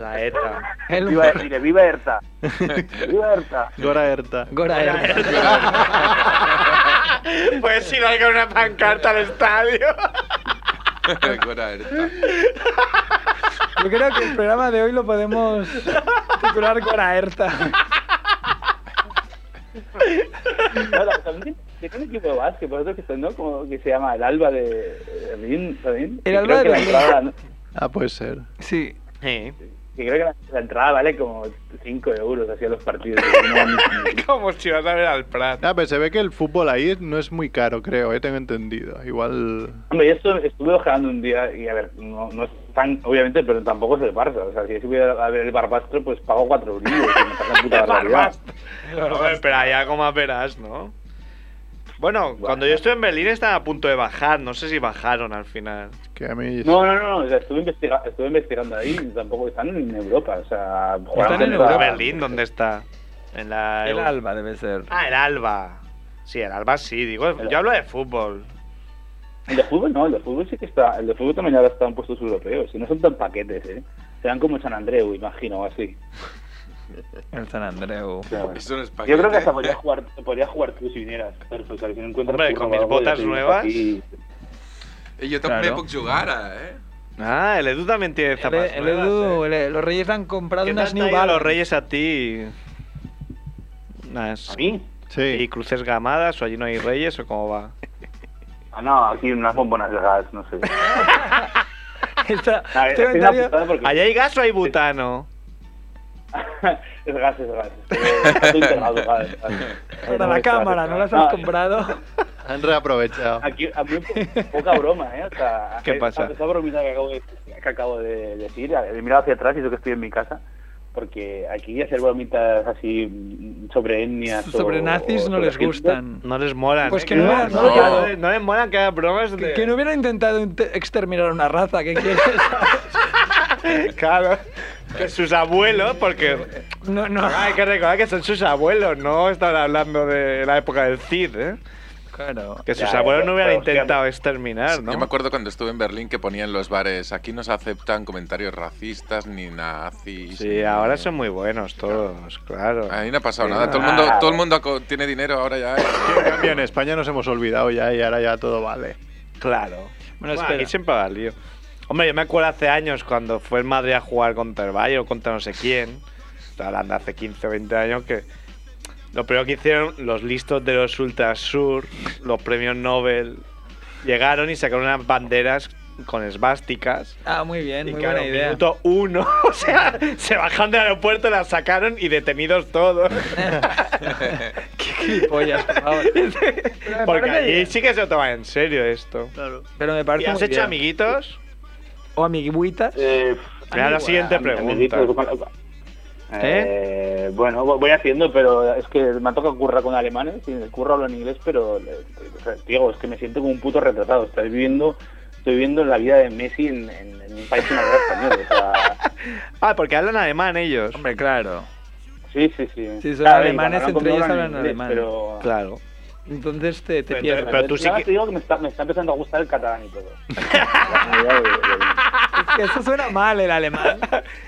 G: la ETA.
C: [LAUGHS] El
F: Viva, mire, viva
C: [LAUGHS]
F: Herta. Viva Herta.
A: Gora Hertha.
C: Gora Hertha.
B: [LAUGHS] Pues
G: Puedes ir ahí con una pancarta al estadio.
D: [LAUGHS] Ahora, Eta.
C: Yo creo que el programa de hoy lo podemos titular Gora Hertha.
F: Claro, también tiene un equipo de básquet, por otro que, son, ¿no? Como que se llama el Alba de Berlín. ¿también?
C: El
F: Que
C: Alba
F: creo
C: de
F: que la
C: Berlín.
F: entrada, ¿no?
A: Ah, puede ser.
C: Sí.
F: Que creo que la, la entrada vale como 5 euros hacia los
C: [LAUGHS]
F: partidos. No, ni-
G: [LAUGHS]
F: ni-
G: Como si vas a ver al Prat.
A: Ah, pero se ve que el fútbol ahí no es muy caro, creo, eh, tengo entendido. Igual.
F: Hombre, yo estu- estuve ojeando un día y a ver, no, no es tan, obviamente, pero tampoco es el Barça. O sea, si yo estuviera a ver el Barbastro, pues pago 4 euros. que me parece una puta barbaridad.
G: Joder, pero allá como verás, ¿no? Bueno, cuando yo estuve en Berlín estaban a punto de bajar. No sé si bajaron al final.
A: Que a mí.
F: No, no, no, o sea, estuve, investiga- estuve investigando ahí y tampoco están en Europa. O sea,
C: Están en
F: contra-
C: Europa.
G: Berlín, ¿dónde está? En la.
C: El Alba debe ser.
G: Ah, el Alba. Sí, el Alba sí, digo. Yo hablo de fútbol.
F: El de fútbol no, el de fútbol sí que está. El de fútbol también ahora están puestos europeos y no son tan paquetes, ¿eh? Serán como San Andreu, imagino, o así.
C: El San Andreu.
D: Eso ¿eh? no es
F: Yo creo que
D: paquete.
F: hasta podrías jugar, podrías jugar tú si vinieras. Pero, o sea, si no encuentras
G: Hombre,
F: curro
G: con
F: o
G: mis
F: algo, ya
G: botas
F: te vienes
G: nuevas.
F: aquí.
D: Eh, Yo también
C: Claro.
D: puedo jugar, eh?
G: Ah, el Edu también tiene
C: El, E-
G: zapatos.
C: el Edu, el- los Reyes le han comprado
G: ¿Qué te
C: unas
G: han
C: New
G: traído
C: Balance.
G: los
C: [LAUGHS]
G: reyes a ti? Unas
F: ¿A mí?
A: Sí.
G: y cruces gamadas o allí no hay reyes o cómo va.
F: Ah, no, aquí unas bombonas de gas, no sé.
C: Está-
F: A ver,
C: este
F: es una
C: comentario-
F: putada porque-
G: ¿Allá hay gas o hay butano?
F: [LAUGHS] es gas, es gas. Está integrado, gas, gas.
C: Para
F: No,
C: la
F: es gas,
C: cámara,
F: es
C: ¿no
F: gas.
C: las has comprado?
A: Han reaprovechado.
F: Aquí, a mí po- poca broma, ¿eh? O sea,
G: [LAUGHS] ¿Qué
F: eh,
G: pasa?
F: Esa bromita que acabo de, que acabo de decir, a ver, he mirado hacia atrás y yo que estoy en mi casa, porque aquí hacer bromitas así mm, sobre etnias. o-
C: Sobre nazis
F: o
C: no
F: sobre
C: les
F: gente,
C: gustan.
G: No les molan.
C: Pues
G: ¿eh?
C: que no
G: les-
C: vean,
G: no,
D: no lo
G: no
D: hagan.
G: les- no les molan que hagan bromas de...
C: Que, que no hubiera intentado inte- exterminar a una raza, que quieres?
G: [LAUGHS] Claro. Que sus abuelos, porque... Ah,
C: No, no.
G: Hay que recordar que son sus abuelos, no están hablando de la época del Cid, ¿eh?
C: Claro.
G: Que sus
F: Ya,
G: abuelos
F: ya,
G: no hubieran
F: pero, hostia,
G: intentado exterminar,
D: Yo me
G: ¿no?
D: acuerdo cuando estuve en Berlín que ponían los bares, aquí no se aceptan comentarios racistas ni nazis.
G: Sí,
D: ni-
G: ahora son muy buenos todos, claro.
D: Ahí no ha pasado nada. Todo el mundo, todo el mundo aco- tiene dinero ahora ya. eh.
G: [LAUGHS]
A: En cambio, en España nos hemos olvidado ya y ahora ya todo vale.
G: Claro. Bueno,
C: espera.
G: aquí siempre va el lío. Hombre, yo me acuerdo hace años cuando fue el Madrid a jugar contra el Bayern o contra no sé quién. Estoy hablando hace 15 o 20 años que lo primero que hicieron los listos de los Ultrasur, los premios Nobel, llegaron y sacaron unas banderas con esvásticas.
C: Ah, muy bien,
G: Y
C: muy
G: claro,
C: buena idea.
G: minuto uno, [LAUGHS] o sea, se bajaron del aeropuerto, las sacaron y detenidos todos.
C: Pollas, por [LAUGHS] favor.
G: Porque
C: parece
G: allí
C: bien.
G: sí que se lo toman en serio esto.
C: Pero me
G: ¿Y
C: parece
G: has
C: muy
G: hecho
C: bien.
G: amiguitos?
C: O amiguitas.
F: Eh,
G: Mira, la siguiente pregunta.
F: Eh, bueno, vo- voy haciendo, pero es que me ha tocado currar con alemanes y en el curro hablo en inglés, pero eh, o sea, Diego, es que me siento como un puto retratado. Estoy viviendo, estoy viviendo la vida de Messi en, en- en un país que no habla español. O sea,
G: Ah, porque hablan alemán ellos.
C: Hombre, claro.
F: Sí, sí, sí.
C: Sí, son alemanes,
F: hablan
C: entre
F: conmigo,
C: ellos hablan
F: en inglés,
C: alemán.
F: Pero...
G: Claro.
C: Entonces te, te
G: Pero-
C: pierdes.
G: pero tú sí
F: Ahora
G: que-
F: te digo que me está, me está empezando a gustar el catalán
C: [LAUGHS]
F: y todo. La idea de- de-
C: Es que eso suena mal el alemán.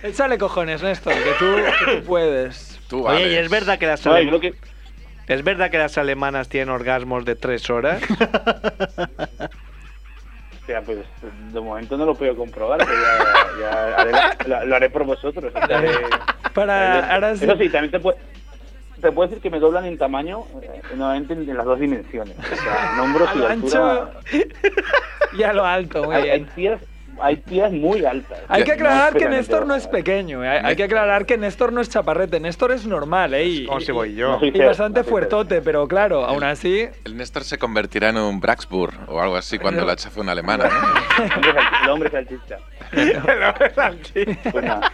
C: Échale cojones, Néstor, que tú, que tú puedes.
D: Tú
G: Oye,
D: vales.
G: ¿y es verdad, que las
F: No,
G: ale-
F: yo creo que-
G: ¿es verdad que las alemanas tienen orgasmos de tres horas?
F: Hostia, pues de momento no lo puedo comprobar, pero ya, ya haré la- la- lo haré por vosotros. Haré- haré-
C: Para, Ah, ahora sí.
F: eh, Eso sí, también te puedo, te puedo decir que me doblan en tamaño, eh, nuevamente en, en las dos dimensiones.
C: [LAUGHS]
F: O sea, en hombros
C: A
F: y
C: lo
F: altura.
C: ancho y a lo alto, muy
F: Hay, hay
C: bien.
F: tías, hay tías muy altas.
C: Hay que
F: No
C: aclarar que
F: esperan
C: Néstor
F: eso.
C: no es pequeño, eh. hay, hay que aclarar que Néstor no es chaparrete, Néstor es normal, ¿eh? Y,
G: ¿Cómo si
C: y-
G: voy yo? [LAUGHS]
F: no soy-
C: y bastante
F: Sí, sí.
C: fuertote, pero claro, aún así...
D: El Néstor se convertirá en un Braxburg o algo así cuando la chafe una
F: [LAUGHS]
D: alemana, ¿no?
F: El hombre sal- El hombre salchicha. Pues nada.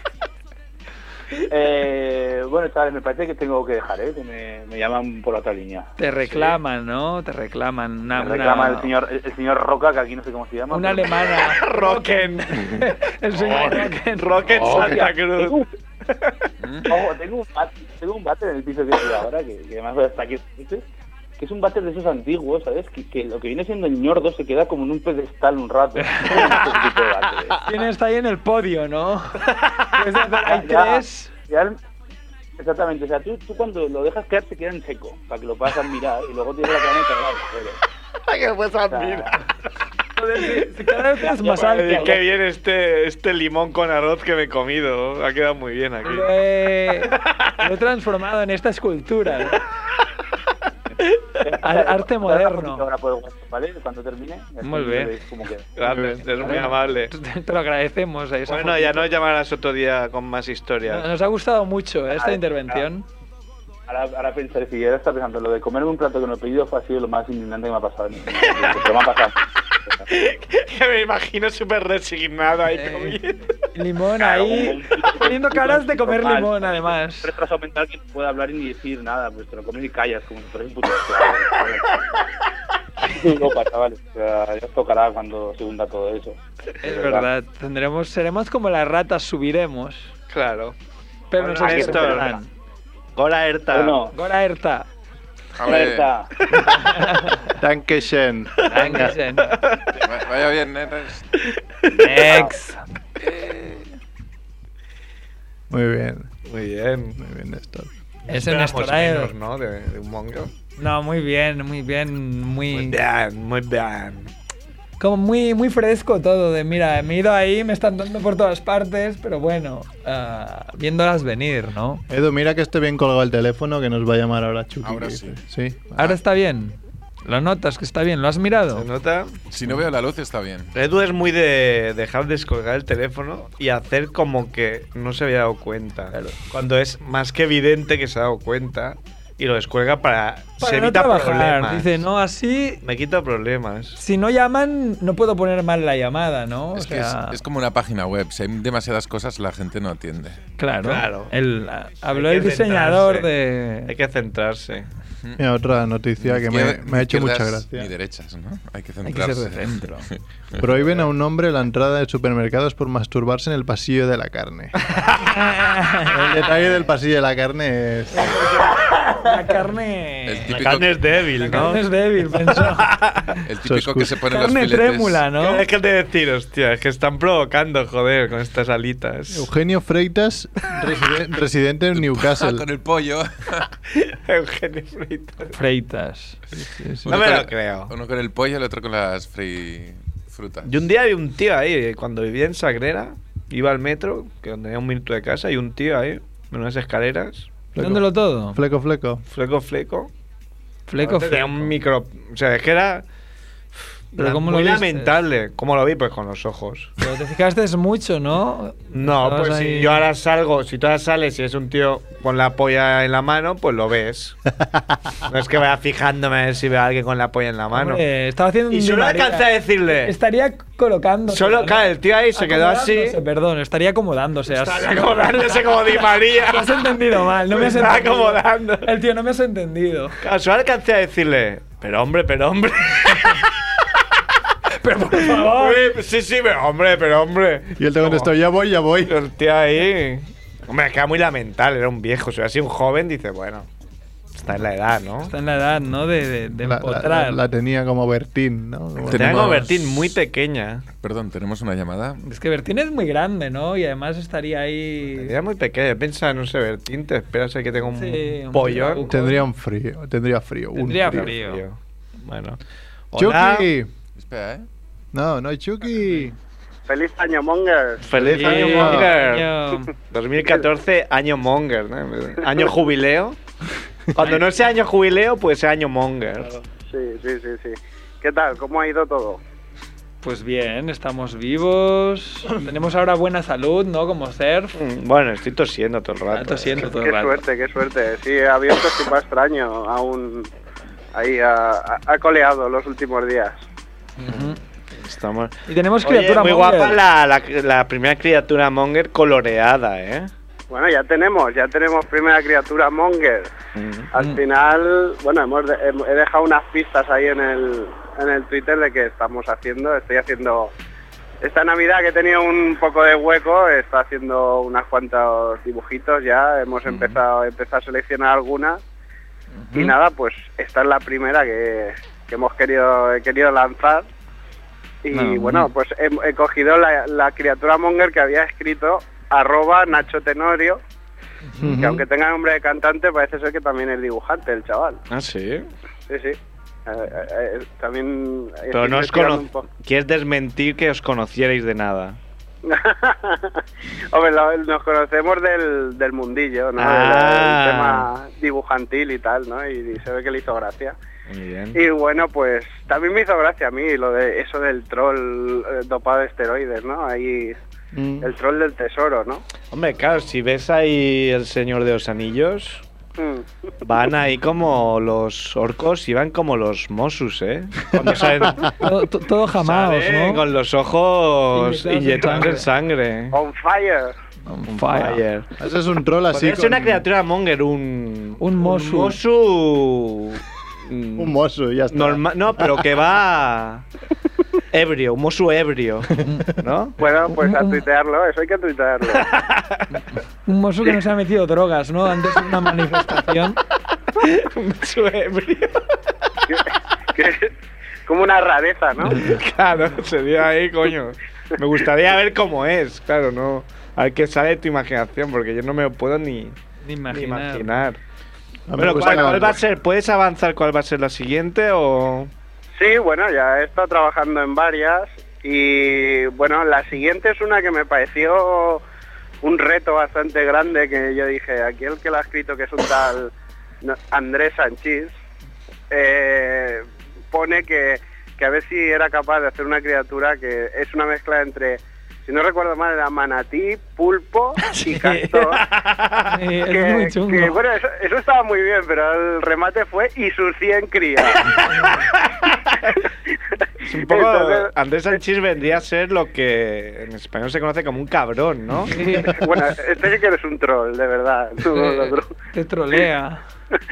F: Eh, bueno, chavales, me parece que tengo que dejar, ¿eh? que me, me llaman por otra línea.
C: Te reclaman, ¿no? Te reclaman. Una,
F: Me reclama
C: una-
F: el señor, el, el señor Roca, que aquí no sé cómo se llama.
C: Una
F: pero-
C: alemana. Rocken.
G: [LAUGHS]
C: el señor Rocken.
G: Rock en Santa Cruz.
F: [LAUGHS] Tengo un- Ojo, tengo un, bat- tengo un váter en el piso que estoy ahora, que, que además está aquí, ¿viste? que es un váter de esos antiguos, ¿sabes? Que, que lo que viene siendo el ñordo se queda como en un pedestal
C: [LAUGHS]
F: un rato. Ese tipo de váteres.
C: ¿Quién está ahí en el podio, no? Puedes hacer- hay
F: Ya, ya.
C: tres.
F: Ya el- Exactamente, o sea, tú, tú cuando lo dejas caer te queda en seco, para que lo puedas admirar y luego tienes la caneta, claro, pero...
G: Ay, que pues
F: o sea,
G: admira.
C: Joder, sí, Cada vez es más alto.
G: Ay, Qué bien este, este limón con arroz que me he comido. Ha quedado muy bien aquí.
C: Lo he, lo he transformado en esta escultura. Al- arte
F: Te voy a dar una
C: moderno.
F: fotito Ahora por el WhatsApp, ¿vale? Cuando termine. y así
C: Muy bien.
F: veis cómo queda.
G: Gracias, es muy amable.
C: Te, te lo agradecemos. eh, esa
G: Bueno, ya
C: fotito.
G: nos llamarás otro día con más
C: No-
G: [LAUGHS] historias.
C: Nos ha gustado mucho eh, esta
F: Ah,
C: intervención.
F: Ahora, ahora pensaré, si ahora está pensando, lo de comerme un plato que no he pedido fue ha sido lo más indignante que me ha pasado. [LAUGHS] Pero me ha pasado.
G: Que me imagino súper resignado ahí
C: Eh,
G: comiendo.
C: Limón
F: Claro,
C: ahí.
F: un-
C: Poniendo caras de comer
F: Normal.
C: limón, además.
F: Un retraso mental que no puede hablar y ni decir nada, pues te lo comes y callas, como si fueras un puto desgraciado. Opa, chavales, o sea, ya os tocará cuando se hunda todo eso.
C: Es verdad. Tendremos, seremos como las ratas, subiremos.
G: [LAUGHS] Claro.
C: Pero
G: Bueno,
C: nos
G: ahí está.
C: encontrarán.
G: Gora Erta.
F: Bueno,
C: Gora Erta.
D: Hombre,
F: Berta,
A: Danke schön. Venga.
C: Dankeschön.
D: va- vaya bien, ¿eh? Néstor.
C: Next.
A: Muy bien,
B: Muy bien.
A: muy bien, Néstor.
C: Ese
B: Esperamos
C: Néstor Aer.
B: menos, ¿no? De, de un mongo.
C: No, muy bien, muy bien,
B: Muy
C: muy...
B: bien, muy bien.
C: Como muy, muy fresco todo, de mira, me he ido ahí, me están dando por todas partes, pero bueno, ah, viéndolas venir, ¿no?
A: Edu, mira que esté bien colgado el teléfono que nos va a llamar ahora Chucky.
D: Ahora
A: que
D: sí.
A: dice. Sí.
C: Ahora está bien. Lo notas que está bien, ¿lo has mirado?
G: ¿Se nota?
D: Si no veo la luz, está bien.
G: Edu es muy de dejar descolgar el teléfono y hacer como que no se había dado cuenta. Cuando es más que evidente que se ha dado cuenta y lo descuelga para, se
C: Para no
G: evita
C: trabajar.
G: problemas.
C: Dice, no, así,
G: Me quita problemas.
C: si no llaman, no puedo poner mal la llamada, ¿no?
D: Es
C: o
D: que es,
C: sea,
D: es como una página web. Si hay demasiadas cosas, la gente no atiende.
C: claro.
G: Claro.
C: El, ah, habló
G: Hay
C: el
G: que
C: diseñador
G: centrarse.
C: de...
G: Hay que centrarse.
A: Mira, otra noticia que me,
D: Mm. Izquierda-
A: me ha hecho mucha
D: izquierdas
A: gracia.
D: Ni derechas, ¿no? Hay que
C: Hay
D: centrarse.
C: que ser de centro.
A: Prohíben a un hombre la entrada de supermercados por masturbarse en el pasillo de la
D: [LAUGHS]
A: carne. el detalle del pasillo de la carne es...
C: La carne...
D: [LAUGHS] El
G: La
D: típico,
G: carne es débil,
C: La
G: ¿no?
C: carne es débil, pensó.
D: el típico que se pone en los
C: carne
D: filetes.
C: trémula, ¿no?
G: Es que te decir, hostia, es que están provocando, joder, con estas alitas.
A: Eugenio Freitas, residen- residente en Newcastle.
D: [LAUGHS] Ah, Con el pollo.
G: [LAUGHS] Eugenio Freitas.
C: Freitas.
G: No
D: Uno
G: me
D: con
G: lo
D: el-
G: creo.
D: Uno con el pollo, el otro con las free frutas.
G: Yo un día vi un tío ahí, cuando vivía en Sagrera, iba al metro, que tenía un minuto de casa, y un tío ahí, en unas escaleras,
C: Dándolo todo.
A: Fleco, fleco.
G: fleco, fleco.
C: Fleco,
G: tenía
C: fleco.
G: un micro. O sea, es que era.
C: Pero ¿cómo lo
G: muy
C: viste?
G: lamentable. ¿Cómo lo vi? Pues con los ojos.
C: Pero te fijaste es mucho, ¿no?
G: No,
C: Estabas
G: pues si
C: ahí-
G: yo ahora salgo, si tú ahora sales y es un tío con la polla en la mano, pues lo ves.
C: [LAUGHS]
G: no es que vaya fijándome a ver si veo a alguien con la polla en la mano.
C: Hombre, estaba haciendo
G: Y
C: un
G: yo no
C: María.
G: alcancé a decirle.
C: Estaría colocando.
G: Solo, claro, el tío ahí se quedó así.
C: Perdón, estaría acomodándose. has-
G: Está acomodándose como Di María.
C: Lo has [LAUGHS] entendido mal, [LAUGHS] no me has
G: Está
C: entendido.
G: acomodando.
C: El tío, no me has entendido.
G: Claro, solo alcancé a decirle, pero hombre, pero hombre. [LAUGHS] pero por favor. Sí, sí, pero hombre, pero hombre.
A: Y
D: Oh.
A: él te
G: Como-
A: contestó, ya voy, ya voy.
G: Y [LAUGHS] El tío ahí. Hombre, es que era muy lamentable, era un viejo. Si hubiera sido un joven, dice, bueno, está en la edad, ¿no?
C: Está en la edad, ¿no? De, de, de
A: La, la-
C: empotrar.
A: la tenía como Bertín, ¿no? Como-
G: Tenía
D: Tenemos-
G: como Bertín muy pequeña.
D: Perdón, tenemos una llamada.
C: Es que Bertín es muy grande, ¿no? Y además estaría ahí.
G: Era muy pequeña. Piensa, no sé, Bertín, te esperas a que tenga un
C: Sí, un
G: pollón.
C: poco.
A: Tendría un frío, tendría frío. un
C: Tendría
A: frío.
C: frío.
G: Bueno. Hola.
A: Chucky,
C: [LAUGHS]
D: Espera, ¿eh?
A: No, no hay Chucky.
H: Feliz año, Mongers.
G: Feliz año Monger. 2014, año Monger. ¿no? Año jubileo. Cuando no sea año jubileo, pues sea año Monger.
H: Sí, sí, sí, sí. ¿Qué tal? ¿Cómo ha ido todo?
C: Pues bien, estamos vivos. Tenemos ahora buena salud, ¿no? Como surf.
G: Mm, Bueno, estoy tosiendo todo el
C: Ah,
G: rato.
C: tosiendo todo
H: Qué
C: el rato.
H: suerte, qué suerte. Sí, ha abierto sin más extraño. Aún ahí ha, ha- ha coleado los últimos días.
C: Ujú.
G: eh, Estamos...
C: Y tenemos
G: Oye,
C: criatura
G: muy
C: Monger.
G: guapa la, la- la primera criatura Monger coloreada, ¿eh?
H: Bueno, ya tenemos, ya tenemos primera criatura Monger.
G: Mm.
H: Al
C: Mm.
H: final, bueno, hemos de- hem- he dejado unas pistas ahí en el, en el Twitter de que estamos haciendo. Estoy haciendo. Esta Navidad que he tenido un poco de hueco, está haciendo unos cuantos dibujitos ya. Hemos empezado, he empezado a seleccionar algunas. Y nada, pues esta es la primera que, que hemos querido, he querido lanzar. Y
C: No,
H: bueno,
C: mm.
H: pues he, he cogido la, la criatura Monger que había escrito arroba Nacho Tenorio que aunque tenga nombre de cantante, parece ser que también es dibujante el chaval.
G: Ah, sí.
H: Sí, sí. Eh, eh, eh, también.
G: Pero
H: estoy
G: no os
H: investigando un
G: cono...
H: poco. [LAUGHS]
G: Quieres desmentir que os conocierais de nada.
H: Hombre, lo- nos conocemos del, del mundillo, ¿no?
G: Ah.
H: Del tema dibujantil y tal, ¿no? Y, y se ve que le hizo gracia.
G: Muy bien.
H: Y bueno, pues también me hizo gracia a mí lo de eso del troll eh, dopado de esteroides, ¿no? Ahí.
A: Mm.
H: El troll del tesoro, ¿no?
G: Hombre, claro, si ves ahí el Señor de los Anillos,
H: Mm.
G: van ahí como los orcos y van como los mosus, ¿eh? Cuando salen,
C: Todo, to- todo jamaos,
G: salen
C: ¿no?
G: con los ojos
C: Inyectados
G: inyectados
C: en
G: en sangre.
H: On fire.
G: On
C: fire.
G: fire.
A: Ese es un troll así.
G: Podría ser
A: con-
G: una criatura monger, un...
C: Un mosu.
G: Un mosu...
A: [LAUGHS] Un mozo, ya está.
G: Norma- no, pero que va ebrio, un mosu ebrio,
C: [LAUGHS]
G: ¿no?
H: Bueno,
G: [LAUGHS]
H: pues a tuitearlo, eso hay que tuitearlo.
C: Un mozo que no se ha metido drogas, ¿no? Antes de una manifestación.
G: Un mosu ebrio.
H: [LAUGHS] Que es como una rareza, ¿no?
G: Claro, sería ahí, coño. Me gustaría ver cómo es, claro, no. A ver qué sale de tu imaginación, porque yo no me lo puedo ni
C: Ni
G: ni
C: imaginar.
G: imaginar.
A: A mí me
G: Bueno,
A: gusta
G: ¿cuál, cuál
A: la-
G: va a ser? ¿Puedes avanzar cuál va a ser la siguiente o...?
H: Sí, bueno, ya he estado trabajando en varias y bueno, la siguiente es una que me pareció un reto bastante grande que yo dije, aquí el que la ha escrito, que es un tal no, Andrés Sanchís, eh, pone que, que a ver si era capaz de hacer una criatura que es una mezcla entre, si no recuerdo mal, era manatí, pulpo y castor.
C: Sí,
H: Que-
C: es muy
H: que,
C: chungo.
H: bueno, eso, eso estaba muy bien, pero el remate fue y sus 100 crías.
G: Es un poco...
H: Entonces,
G: Andrés Sanchís vendría a ser lo que en español se conoce como un cabrón, ¿no?
H: bueno, este sí que eres un troll, de verdad. tú, lo tro-
C: Te trolea.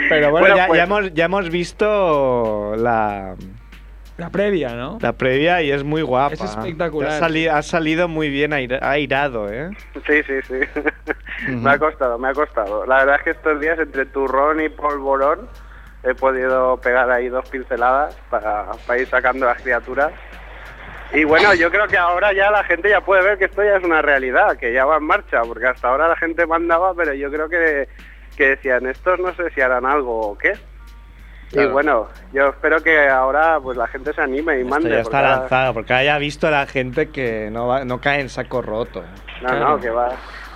G: Pero bueno,
H: Bueno,
G: ya,
H: pues-
G: ya hemos, ya hemos visto la,
C: La previa, ¿no?
G: la previa y es muy guapa.
C: Es espectacular.
G: Ha, sali- ha salido muy bien aira- airado, ¿eh?
H: Sí, sí, sí. [LAUGHS] me ha costado, me ha costado. La verdad es que estos días entre turrón y polvorón he podido pegar ahí dos pinceladas para, para ir sacando las criaturas. Y bueno, yo creo que ahora ya la gente ya puede ver que esto ya es una realidad, que ya va en marcha, porque hasta ahora la gente mandaba, pero yo creo que, que decían, estos no sé si harán algo o qué. Y
A: Claro.
H: bueno, yo espero que ahora pues la gente se anime y
G: Esto
H: mande.
G: ya
H: porque
G: está
H: ahora-
G: lanzado, porque haya visto a la gente que no, va- no cae en saco roto. ¿eh?
H: No, no, que va,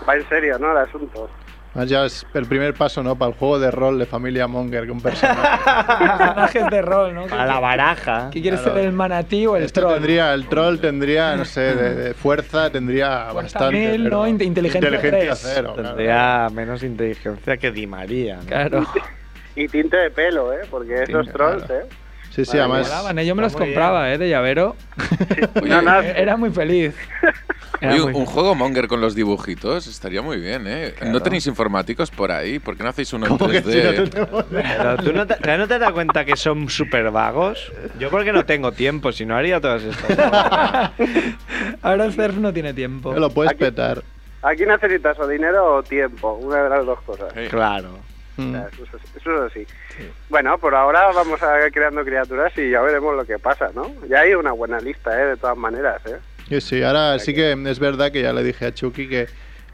H: va en serio, ¿no? El asunto.
A: Ah, Ya es el primer paso, ¿no? Para el juego de rol de familia Monger que
G: [LAUGHS]
A: un personaje.
C: Personajes de rol, ¿no?
G: A la baraja.
C: ¿Qué quieres
A: Claro.
C: ser, el manatí o el
A: Este
C: troll?
A: tendría, el troll tendría, no sé,
G: [LAUGHS]
A: de, de fuerza, tendría
C: Fuerza
A: bastante.
C: mil, ¿no? Inte- inteligencia
A: inteligencia
C: tres.
A: cero. claro.
G: Tendría menos inteligencia que Di María. ¿no?
C: Claro.
H: Y tinte de pelo, ¿eh? Porque esos
A: Tinte,
H: trolls,
A: claro.
H: ¿eh?
A: Sí, sí,
H: Vale,
A: además.
C: Molaban, ¿eh? Yo me
G: está
C: los
G: muy
C: compraba, ¿eh? De llavero. [LAUGHS]
D: Oye,
H: No, no,
C: Era muy feliz.
D: oye, un juego Monger con los dibujitos estaría muy bien, ¿eh? ¿No tenéis informáticos por ahí? ¿Por qué no hacéis uno en
A: ¿Cómo que
D: 3D?
A: si no tenemos?
G: Pero tú no te, ¿todavía no te das cuenta que son súper vagos. Yo porque no tengo tiempo, si no haría todas estas cosas.
C: Ahora el surf no tiene tiempo.
A: Lo puedes
H: Aquí-
A: petar.
H: Aquí necesitas o dinero o tiempo, una de las dos cosas.
D: Sí.
G: Claro.
H: O
A: Eh, Mm.
H: sea, Eso, es- eso es así. Bueno, por ahora vamos a ir creando criaturas y ya veremos lo que pasa, ¿no? Ya hay una buena lista, ¿eh? De todas maneras, ¿eh?
A: Sí, sí, ahora sí que es verdad que ya le dije a Chucky que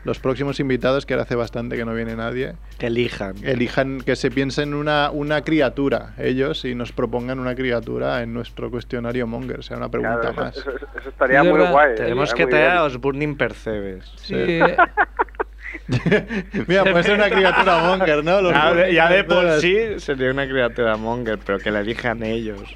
A: los próximos invitados, que ahora hace bastante que no viene nadie,
G: Que elijan.
A: elijan que se piensen una, una criatura ellos y nos propongan una criatura en nuestro cuestionario Monger, sea una pregunta
H: Claro, eso-
A: más.
H: eso, eso estaría
C: Es
H: muy
C: verdad,
H: guay. ¿eh?
G: Tenemos que
H: estaría muy
G: traer
H: bien.
G: a los Burning Percebes.
C: Sí.
A: Mira, puede ser una criatura Monger, ¿no? Los
G: Ya, de- ya de por
A: todas.
G: sí sería una criatura monger, pero que la elijan ellos.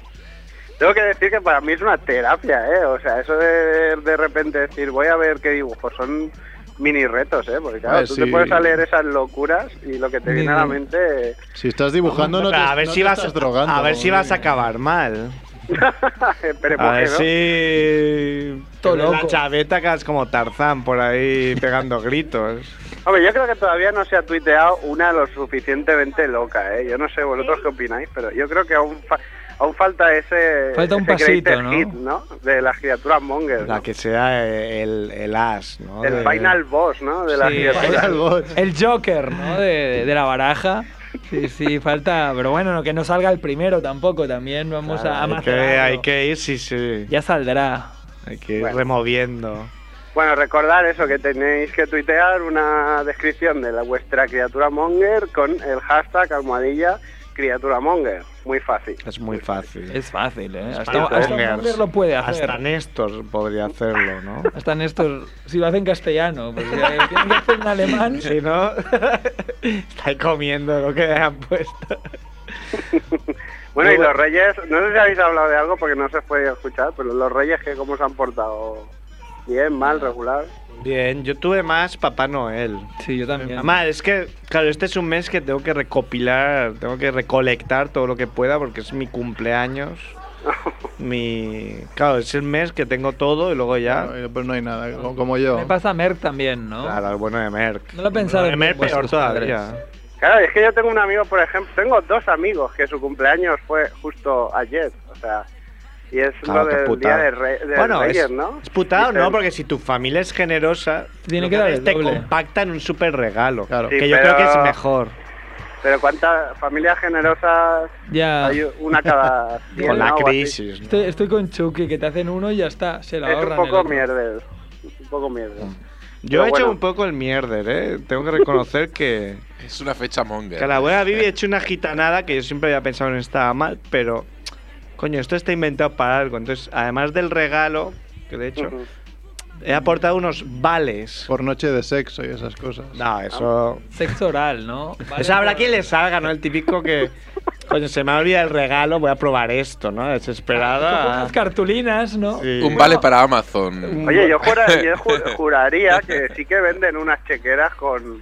H: Tengo que decir que para mí es una terapia, ¿eh? O sea, eso de de repente decir, voy a ver qué dibujos, son mini retos, ¿eh? Porque claro,
A: Ah,
H: tú
A: sí.
H: te puedes a leer esas locuras y lo que te viene a la
C: Mini-
H: mente... [LAUGHS]
A: Si estás dibujando, no te,
G: a ver
A: no
G: si
A: te
G: vas
A: estás drogando.
G: a ver si
A: Monger.
G: vas a acabar mal.
A: Ah,
H: Pero
G: A ver
H: ¿no?
G: si
C: Todo
G: la
C: loco.
G: chaveta caes como Tarzán por ahí pegando
H: [LAUGHS]
G: gritos.
H: Hombre, yo creo que todavía no se ha tuiteado una lo suficientemente loca, ¿eh? Yo no sé vosotros qué opináis, pero yo creo que aún, fa- aún falta ese...
C: Falta un
H: ese
C: pasito,
H: greater
C: ¿no?
H: hit, ¿no? De las criaturas monger,
G: La
H: ¿no?
G: que sea eh, el, el as, ¿no?
H: El
G: De-
H: final boss, ¿no? De las
C: Sí.
A: Vaya
H: criaturas.
A: al bot.
C: El Joker, ¿no? De, de- de la baraja. Sí, sí, falta. Pero bueno, no, que no salga el primero tampoco. También vamos a, a
G: Hay que,
C: macerarlo.
G: hay que ir, sí, sí.
C: Ya saldrá.
G: Hay que ir
H: Bueno.
G: removiendo.
H: Bueno, recordar eso, que tenéis que tuitear una descripción de la, vuestra criatura monger con el hashtag almohadilla criatura monger. Muy fácil.
G: Es muy fácil.
C: Es fácil, ¿eh? Hasta,
G: Para
C: hasta un
G: pongers.
C: Joker lo puede hacer.
G: Hasta Néstor podría hacerlo, ¿no?
C: Hasta en estos. Si lo hace en castellano, porque tiene que
G: [LAUGHS]
C: hacer en alemán.
G: Si no, estáis comiendo lo que han puesto.
H: Bueno,
G: Muy
H: y
G: bu-
H: los reyes, no sé si habéis hablado de algo porque no se puede escuchar, pero los reyes que cómo se han portado. Bien, mal, regular.
G: Bien, yo tuve más Papá Noel.
C: Sí, yo también.
G: Mamá, es que, claro, este es un mes que tengo que recopilar, tengo que recolectar todo lo que pueda porque es mi
H: [LAUGHS]
G: cumpleaños. Mi. Claro, es el mes que tengo todo y luego ya.
A: No, pues no hay nada, como- como yo.
C: Me pasa a Merck también, ¿no?
G: Claro, el bueno de Merck.
C: No lo pensaron
G: El Merck
C: bien
G: peor
C: vuestros
G: todavía.
H: Claro, es que yo tengo un amigo, por ejemplo, tengo dos amigos que su cumpleaños fue justo ayer, o sea, y es
G: Claro,
H: lo
G: qué
H: del
G: putada.
H: día de, re- de
G: Bueno,
H: reyes,
G: es,
H: ¿no?
G: es putado, ¿no?
H: Dicen-
G: Porque si tu familia es generosa,
C: Tiene
G: lo
C: que dar
G: haces
C: el
G: te
C: doble.
G: compactan un super regalo.
A: Claro.
G: Que
H: Sí,
G: yo creo que es
H: pero-
G: mejor.
H: Pero cuántas familias generosas
C: Ya.
H: hay una cada... cien,
G: Ah. [LAUGHS] Con la
H: ¿no? O así.
G: crisis. ¿no?
C: Estoy, estoy con Chucky, que te hacen uno y ya está. Se lo
H: Es un
C: ahorran. el
H: poco
C: otro.
H: mierder. Un poco mierder.
G: Yo
H: Pero
G: he hecho
H: bueno.
G: un poco el mierder, ¿eh? Tengo que reconocer que,
D: Es una fecha monger.
G: que la buena Vivi ha hecho una gitanada que yo siempre había pensado que no estaba mal, pero coño, esto está inventado para algo. Entonces, además del regalo que le he hecho,
H: Ujú.
G: he aportado unos vales.
A: Por noche de sexo y esas cosas.
G: No,
H: Ah,
G: eso.
C: Sexo oral, ¿no? Vale,
G: Eso habrá
C: por-
G: quien le salga, ¿no? El típico que. Coño, se me ha olvidado el regalo, voy a probar esto, ¿no?
H: Ah,
G: Desesperada.
C: Unas cartulinas, ¿no?
G: Sí.
D: Un vale para Amazon.
H: Oye, yo, jura- yo ju- juraría que sí que venden unas chequeras con,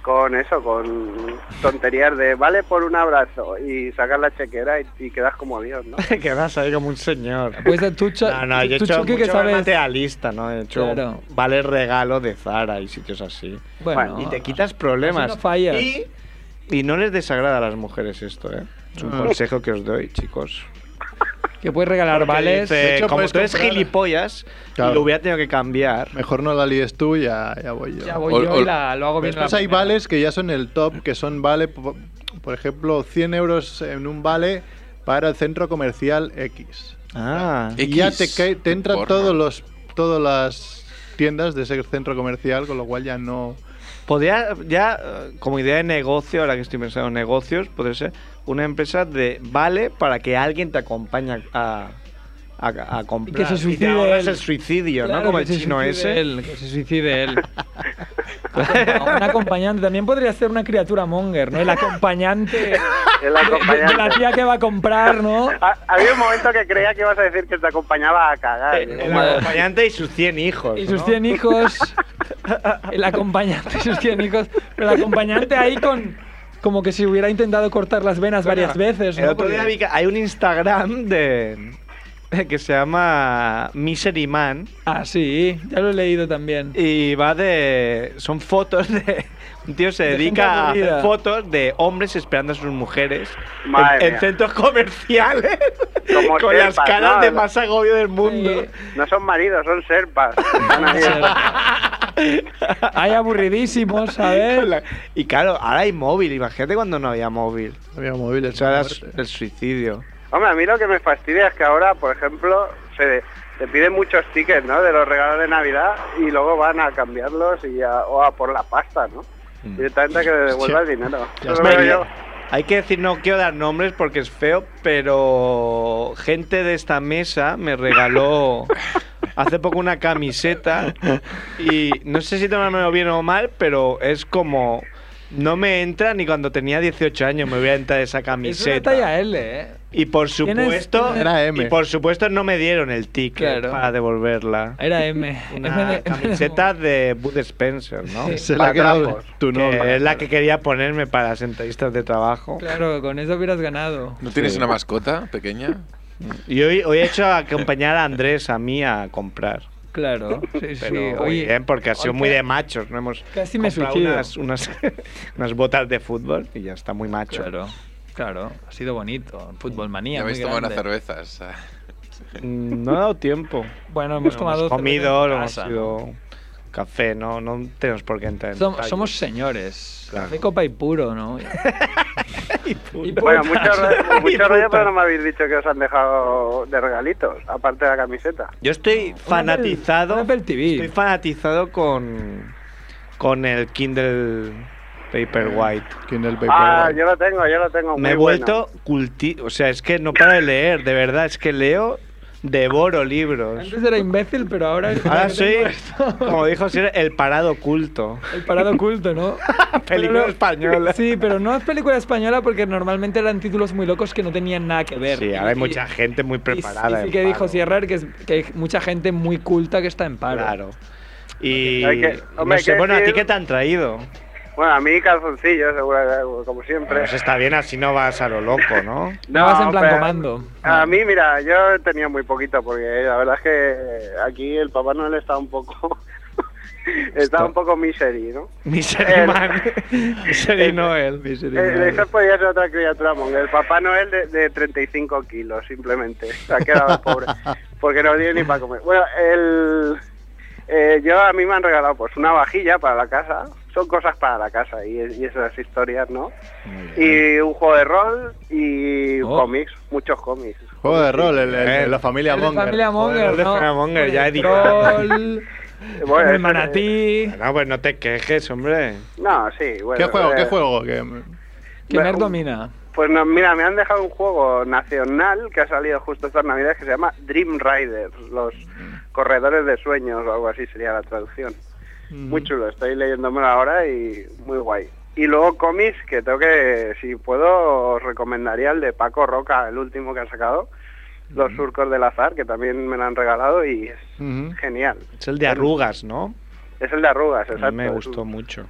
H: con eso, con tonterías de vale por un abrazo y sacas la chequera y, y quedas como
G: [LAUGHS]
H: Dios, ¿no?
G: [LAUGHS] que vas ahí como un señor.
C: Pues tú, Chu-
G: No, no, yo he
C: tú,
G: hecho
C: Chucky,
G: mucho
C: que
G: más
C: sabes.
G: materialista, ¿no? He hecho
C: Claro.
G: vale regalo de Zara y sitios así.
C: Bueno,
G: y te quitas problemas.
C: así no fallas.
G: Y, y no les desagrada a las mujeres esto, ¿eh? Es
C: Ah.
G: un consejo que os doy, chicos.
C: que puedes regalar vales.
G: Dice,
A: De hecho,
G: Eh, como
A: puedes
G: tú eres
A: comprar-
G: gilipollas,
A: Claro.
G: lo hubiera tenido que cambiar.
A: Mejor no la líes tú, ya, ya voy yo.
C: Ya voy
D: Ol-
C: yo y
D: ol-
C: la- lo hago bien.
A: Después
C: la
A: hay
C: primera.
A: vales que ya son el top, que son vale, po- por ejemplo, 100 euros en un vale para el centro comercial X.
G: Ah.
A: Y ya te,
D: X,
A: cae- te
D: qué
A: entran
D: porno.
A: todos los, todas las tiendas de ese centro comercial, con lo cual ya no...
G: Podría, ya, eh, como idea de negocio, ahora que estoy pensando en negocios, podría ser una empresa de vale para que alguien te acompañe a, a, a- a comprar.
C: que se
G: te
C: suicide
G: ahorras
C: él.
G: el suicidio,
C: Claro,
G: ¿no? Como
C: que
G: el
C: se
G: chino
C: suicide
G: ese.
C: él, que se suicide
G: [LAUGHS]
C: él. Acompa- un acompañante. También podría ser una criatura monger, ¿no? El acompañante. de-
H: El
C: de- de la
H: acompañante.
C: tía que va a comprar, ¿no?
H: Ha- Ah, Había un momento que creía que ibas a decir que te acompañaba a cagar.
G: El,
H: ¿no?
G: el acompañante y sus 100 hijos.
C: Y sus
G: ¿no?
C: 100 hijos. El acompañante y sus 100 hijos. Pero el acompañante ahí con. Como que si hubiera intentado cortar las venas varias veces, ¿no?
G: El otro día
C: Porque-
G: vi que hay un Instagram de [LAUGHS] que se llama Misery Man
C: Ah, sí, ya lo he leído también.
G: y va de son fotos de [LAUGHS] un tío se
C: De gente
G: dedica a hacer
C: aburrida.
G: fotos de hombres esperando a sus mujeres en- en,
H: Madre mía.
G: centros comerciales
H: Como
G: [LAUGHS] con las
H: serpas,
G: caras
H: ¿no?
G: de más agobio del mundo.
C: Sí.
H: No son maridos, son
G: [LAUGHS]
H: serpas. Van ahí.
C: Hay aburridísimos, ¿sabes?
G: Con la- Y claro, ahora hay móvil, imagínate cuando no había móvil.
A: Había móviles.
G: O sea, era
A: muerte.
G: el suicidio.
H: Hombre, a mí lo que me fastidia es que ahora, por ejemplo, se, te piden muchos tickets, ¿no? De los regalos de Navidad y luego van a cambiarlos y a, o a por la pasta, ¿no?
G: Mm.
H: Directamente a que devuelva el dinero. Eso lo veo
G: Hombre,
H: yo.
G: Hay que decir, no quiero dar nombres porque es feo, pero gente de esta mesa me
H: [LAUGHS]
G: regaló hace poco una camiseta y no sé si tomármelo bien o mal, pero es como... No me entra ni cuando tenía 18 años me voy a entrar esa
C: Es una
G: camiseta.
C: talla L, ¿eh?
G: Y por
C: Tienes-
G: supuesto,
A: Era
G: y
A: M.
G: por supuesto no me dieron el ticket
C: Claro.
G: para devolverla.
C: Era M. M
G: Una
C: de-
G: camiseta de Bud Spencer, ¿no?
A: Se la ha quedado tu
G: Que
A: novia.
G: es la que quería ponerme para las entrevistas de trabajo.
C: [LAUGHS] Claro, con eso hubieras ganado.
D: ¿No tienes una mascota pequeña?
G: Y hoy, hoy he hecho a acompañar a Andrés a mí a comprar.
C: Claro. Sí, sí.
G: Pero muy
C: Oye,
G: bien, porque ha sido
C: oye,
G: muy de machos. No hemos
C: Casi me
G: comprado
C: suicido.
G: unas, unas, [LAUGHS] unas botas de fútbol y ya está muy macho.
C: Claro, claro. Ha sido bonito. Fútbol manía.
D: Ya
C: muy
D: habéis tomado unas
C: grande.
D: cervezas. [LAUGHS]
G: Mm, No ha dado tiempo.
C: Bueno, [LAUGHS] hemos tomado.
G: hemos
C: cerveza
G: comido,
C: en
G: hemos
C: casa.
G: sido café, no, no tenemos por qué entrar en
C: Som-
G: detalles.
C: somos señores.
G: Claro.
C: Café, copa y
G: [LAUGHS]
C: puro, ¿no? Y
H: Bueno,
C: putas.
H: mucho, ra- mucho rollo,
G: putas.
H: pero no me habéis dicho que os han dejado de regalitos, aparte de la camiseta.
G: Yo estoy fanatizado.
C: un Apple TV.
G: Estoy fanatizado con, con el Kindle Paperwhite.
A: Kindle Paperwhite.
H: Ah, yo lo tengo, yo lo tengo.
G: pues, Me
H: muy
G: he
H: bueno.
G: vuelto culti... O sea, es que no paro de leer, de verdad. Es que leo, devoro libros.
C: Antes era imbécil, pero ahora.
G: Ahora soy, como dijo Sir, el parado culto.
C: El parado
G: [LAUGHS]
C: oculto, ¿no?
G: Película
C: [LAUGHS] Pero-
G: española.
C: Sí, pero no es película española porque normalmente eran títulos muy locos que no tenían nada que ver.
G: Sí, ahora hay mucha gente muy preparada.
C: Y, sí
G: en
C: que dijo
G: paro.
C: Sierrer que, es- que hay mucha gente muy culta que está en paro.
G: Claro. Y
H: Hay que-
G: no
H: hombre, hay
G: sé,
H: que
G: bueno, ¿a ti
H: decir-
G: qué te han traído?
H: Bueno, a mí calzoncillos, seguro, como siempre.
G: Pues está bien, así no vas a lo loco,
C: [LAUGHS]
G: ¿no?
C: No vas en plan
H: pero-
C: comando.
H: A mí, mira, yo tenía muy poquito porque la verdad es que aquí el Papá Noel está un poco. [LAUGHS] está un poco misery, ¿no?
G: Misery
H: El-
G: Man. [LAUGHS] Misery Noel. Misery
H: Eh,
G: Noel.
H: eso podría ser otra criatura monga. El Papá Noel de, de 35 kilos, simplemente. [LAUGHS] Se ha quedado pobre. Porque no tiene ni para comer. Bueno, el, eh, yo a mí me han regalado pues una vajilla para la casa. Son cosas para la casa y, y esas historias, ¿no? Y un juego de rol y
C: Oh.
H: cómics, muchos cómics.
A: Juego de rol, el-
G: Eh.
A: el- el- la familia
C: El de
A: Monger.
C: Familia Monger,
G: Joder, el de
C: ¿no?
G: Familia Monger, ya he dicho. [LAUGHS]
C: Troll,
H: Bueno,
C: el
H: ese-
C: manatí,
G: No, pues no te quejes, hombre.
H: No, sí, bueno.
A: ¿Qué juego? ¿Qué
H: eh,
A: juego? Que-
C: que
H: Bueno,
C: Mer domina.
H: Pues no, mira, me han dejado un juego nacional que ha salido justo estas navidades que se llama Dream Riders, los
G: Mm.
H: corredores de sueños o algo así sería la traducción.
G: Mm.
A: mm,
H: Muy chulo, estoy leyéndomelo ahora y muy guay. Y luego cómics que tengo que, si puedo, os recomendaría el de Paco Roca, el último que han sacado,
G: Mm.
H: Los Surcos del Azar, que también me lo han regalado y es
A: Ujú.
H: genial.
G: Es el de arrugas, ¿no?
H: Es el de arrugas,
G: A
H: exacto.
G: mí me
H: es un-
G: gustó mucho.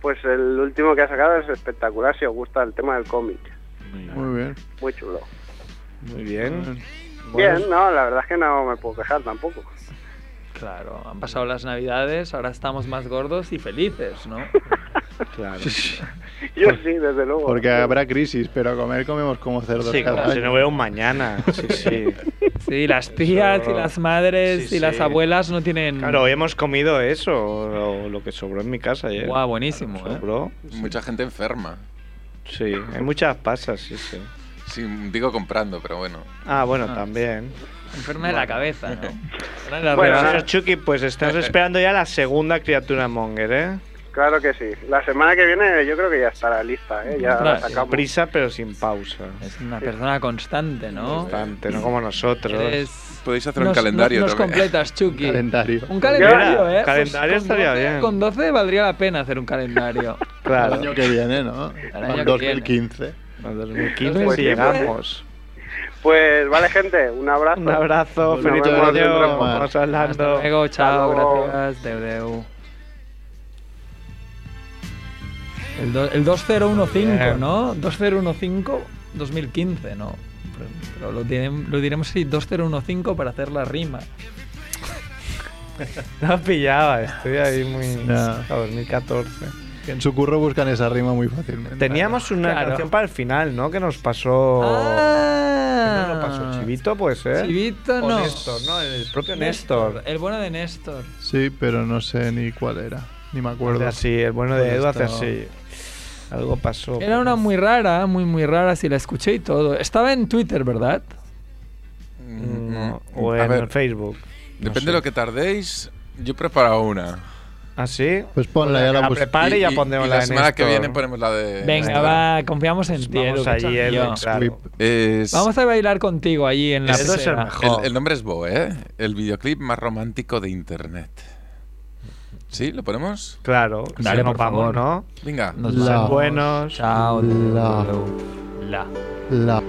H: Pues el último que ha sacado es espectacular si os gusta el tema del cómic.
A: Muy bien.
H: Muy chulo.
G: Muy bien.
H: Bien, no, la verdad es que no me puedo quejar tampoco.
C: Claro, han pasado las navidades, ahora estamos más gordos y felices, ¿no?
G: Claro.
H: Yo sí, desde luego.
A: Porque habrá crisis, pero comer comemos como cerdos
G: Sí,
A: cada
G: como si
A: año.
G: no hubiera un mañana. Sí, sí.
C: [LAUGHS] Sí, las tías y
G: Eso-
C: las madres
G: sí,
C: y las
G: sí.
C: abuelas no
G: [LAUGHS]
C: tienen...
G: Claro, eh. hoy hemos comido eso, lo, lo que sobró en mi casa ayer.
C: Guau, buenísimo, ¿eh?
G: ¿Sobró?
D: Mucha gente enferma.
G: Sí, hay muchas pasas, sí, sí.
D: Sí, digo comprando, pero bueno.
G: Ah, bueno,
C: Ah.
G: también.
C: Enferma de la cabeza,
G: [LAUGHS]
C: ¿no? Ahora la
H: Bueno,
C: rebaja-
G: Señor Chucky, pues
C: [LAUGHS]
G: estamos esperando ya la segunda criatura monger, ¿eh?
H: Claro que sí. La semana que viene yo creo que ya estará lista, ¿eh? Ya la
C: Ostras,
G: Con
H: sacamos.
G: prisa, pero sin pausa.
C: Es una persona constante, ¿no?
G: Bastante, no como nosotros.
C: Eres-
D: Podéis hacer un
C: nos-
D: calendario
C: Nos, nos
D: también.
C: completas, Chucky.
A: Calendario.
C: Un calendario,
G: Mira,
C: ¿eh?
G: calendario
C: con
G: estaría
C: 12
G: bien.
C: Con 12 valdría la pena hacer un
G: [LAUGHS]
C: calendario.
A: El
G: Claro.
A: año que viene, ¿no?
C: año que
A: 2015.
G: Al 2015
C: Pues
G: si
C: sí, pues.
G: llegamos.
H: Pues vale, gente, un abrazo.
G: Un abrazo,
A: Nos
G: feliz
A: vemos
G: año.
A: en otro mar.
G: Vamos hablando.
C: Hasta luego, chao,
H: Hasta luego.
C: gracias, deu, deu. El, do- el 2015,
G: Bien.
C: ¿no? 2015, 2015, ¿no? Pero, pero lo, direm- lo diremos así, 2015 para hacer la rima.
G: No pillaba, estoy ahí muy.
A: Ya.
G: A 2014.
A: Que en su curro buscan esa rima muy fácilmente.
G: Teníamos una
C: Claro.
G: canción para el final, ¿no? Que nos pasó.
C: Ah,
G: Oh. No lo pasó Chivito, pues, ¿eh?
C: Chivito
G: O
C: no.
G: Néstor, ¿no? El propio Néstor.
C: El bueno de Néstor.
A: Sí, pero no sé ni cuál era. Ni me
G: Hace
A: acuerdo.
G: así, el bueno de
A: Pues
G: Edu hace
A: esto-
G: así. Algo pasó.
C: Era una muy rara, muy muy rara, si la escuché y todo. Estaba en Twitter, ¿verdad?
D: Mm,
G: no, o
D: A
G: en
D: ver.
G: Facebook.
D: Depende
G: sé.
D: de lo que tardéis, yo he preparado una.
G: ¿Ah, sí?
A: Pues ponla,
G: Pues
A: ya
G: que
A: la
G: la
A: busco.
G: prepare y, ya
D: y
G: pondremos la
D: la
G: en
D: semana que
G: esto.
D: viene ponemos la de.
C: Venga, va, confiamos
D: Pues,
C: en ti.
G: Pues Vamos
C: Edu,
G: allí,
C: que
G: Edu,
C: yo.
G: claro.
D: Es-
C: Vamos a bailar contigo allí en la
G: Edu es el
C: pecera.
G: mejor.
D: el, el nombre es Boe, ¿eh? El videoclip más romántico de internet. ¿Sí? ¿Lo ponemos?
G: Claro,
C: Dale,
G: si nos
C: por
G: vamos,
C: favor.
G: ¿no?
D: Venga.
C: Nos
A: La-
C: vamos.
G: Buenos.
C: Chao.
A: La-
C: La.
A: La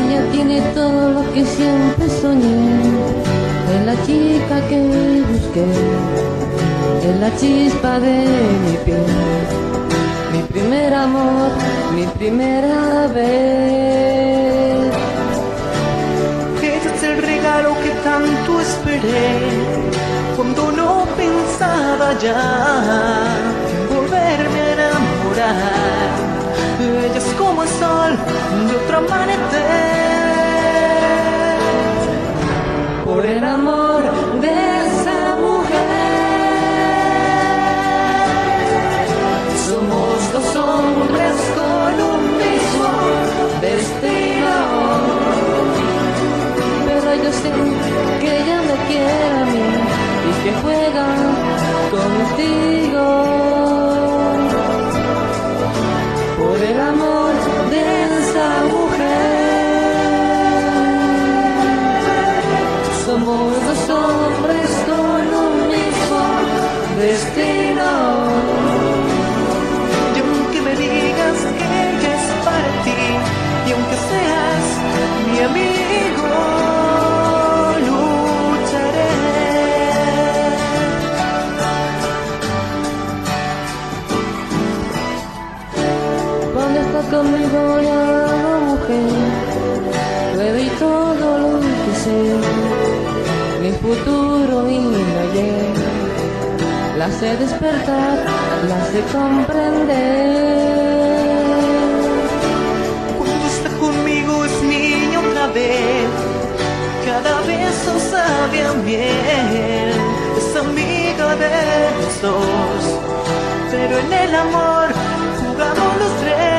I: Ella tiene todo lo que siempre soñé. Es la chica que busqué. Es la chispa de mi piel. Mi primer amor, mi primera vez.
J: Este es el regalo que tanto esperé cuando no pensaba ya volverme a enamorar. Ella es como el sol de otro amanecer.
I: Por el amor de esa mujer. Somos dos hombres con un mismo destino. pero yo sé que ella me quiere a mí y que juega contigo. Por el amor de esa mujer, somos dos hombres con un mismo destino.
J: Y aunque me digas que ella es para ti, y aunque seas mi amigo, lucharé.
I: Cuando está conmigo la mujer, le doy todo lo que sé, mi futuro y mi ayer. La sé despertar, la sé comprender.
J: Cuando está conmigo es niño otra vez. Cada beso sabe a miel. Es amiga de los dos. Pero en el amor jugamos los tres.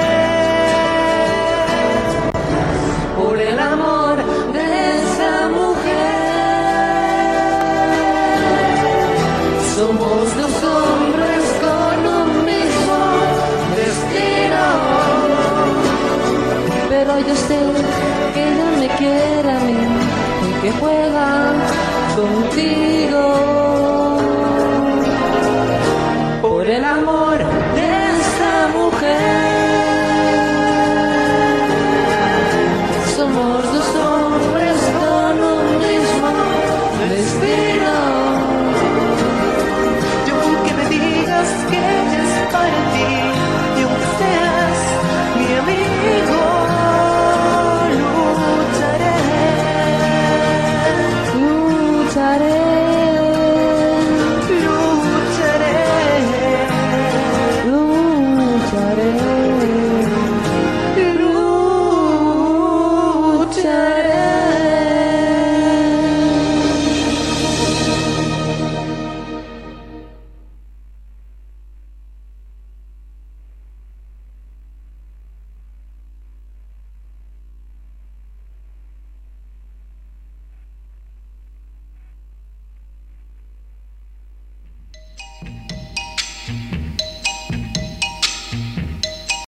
I: Por el amor de esa mujer, somos dos hombres con un mismo destino. pero yo sé que ella me quiere a mí y que juega contigo.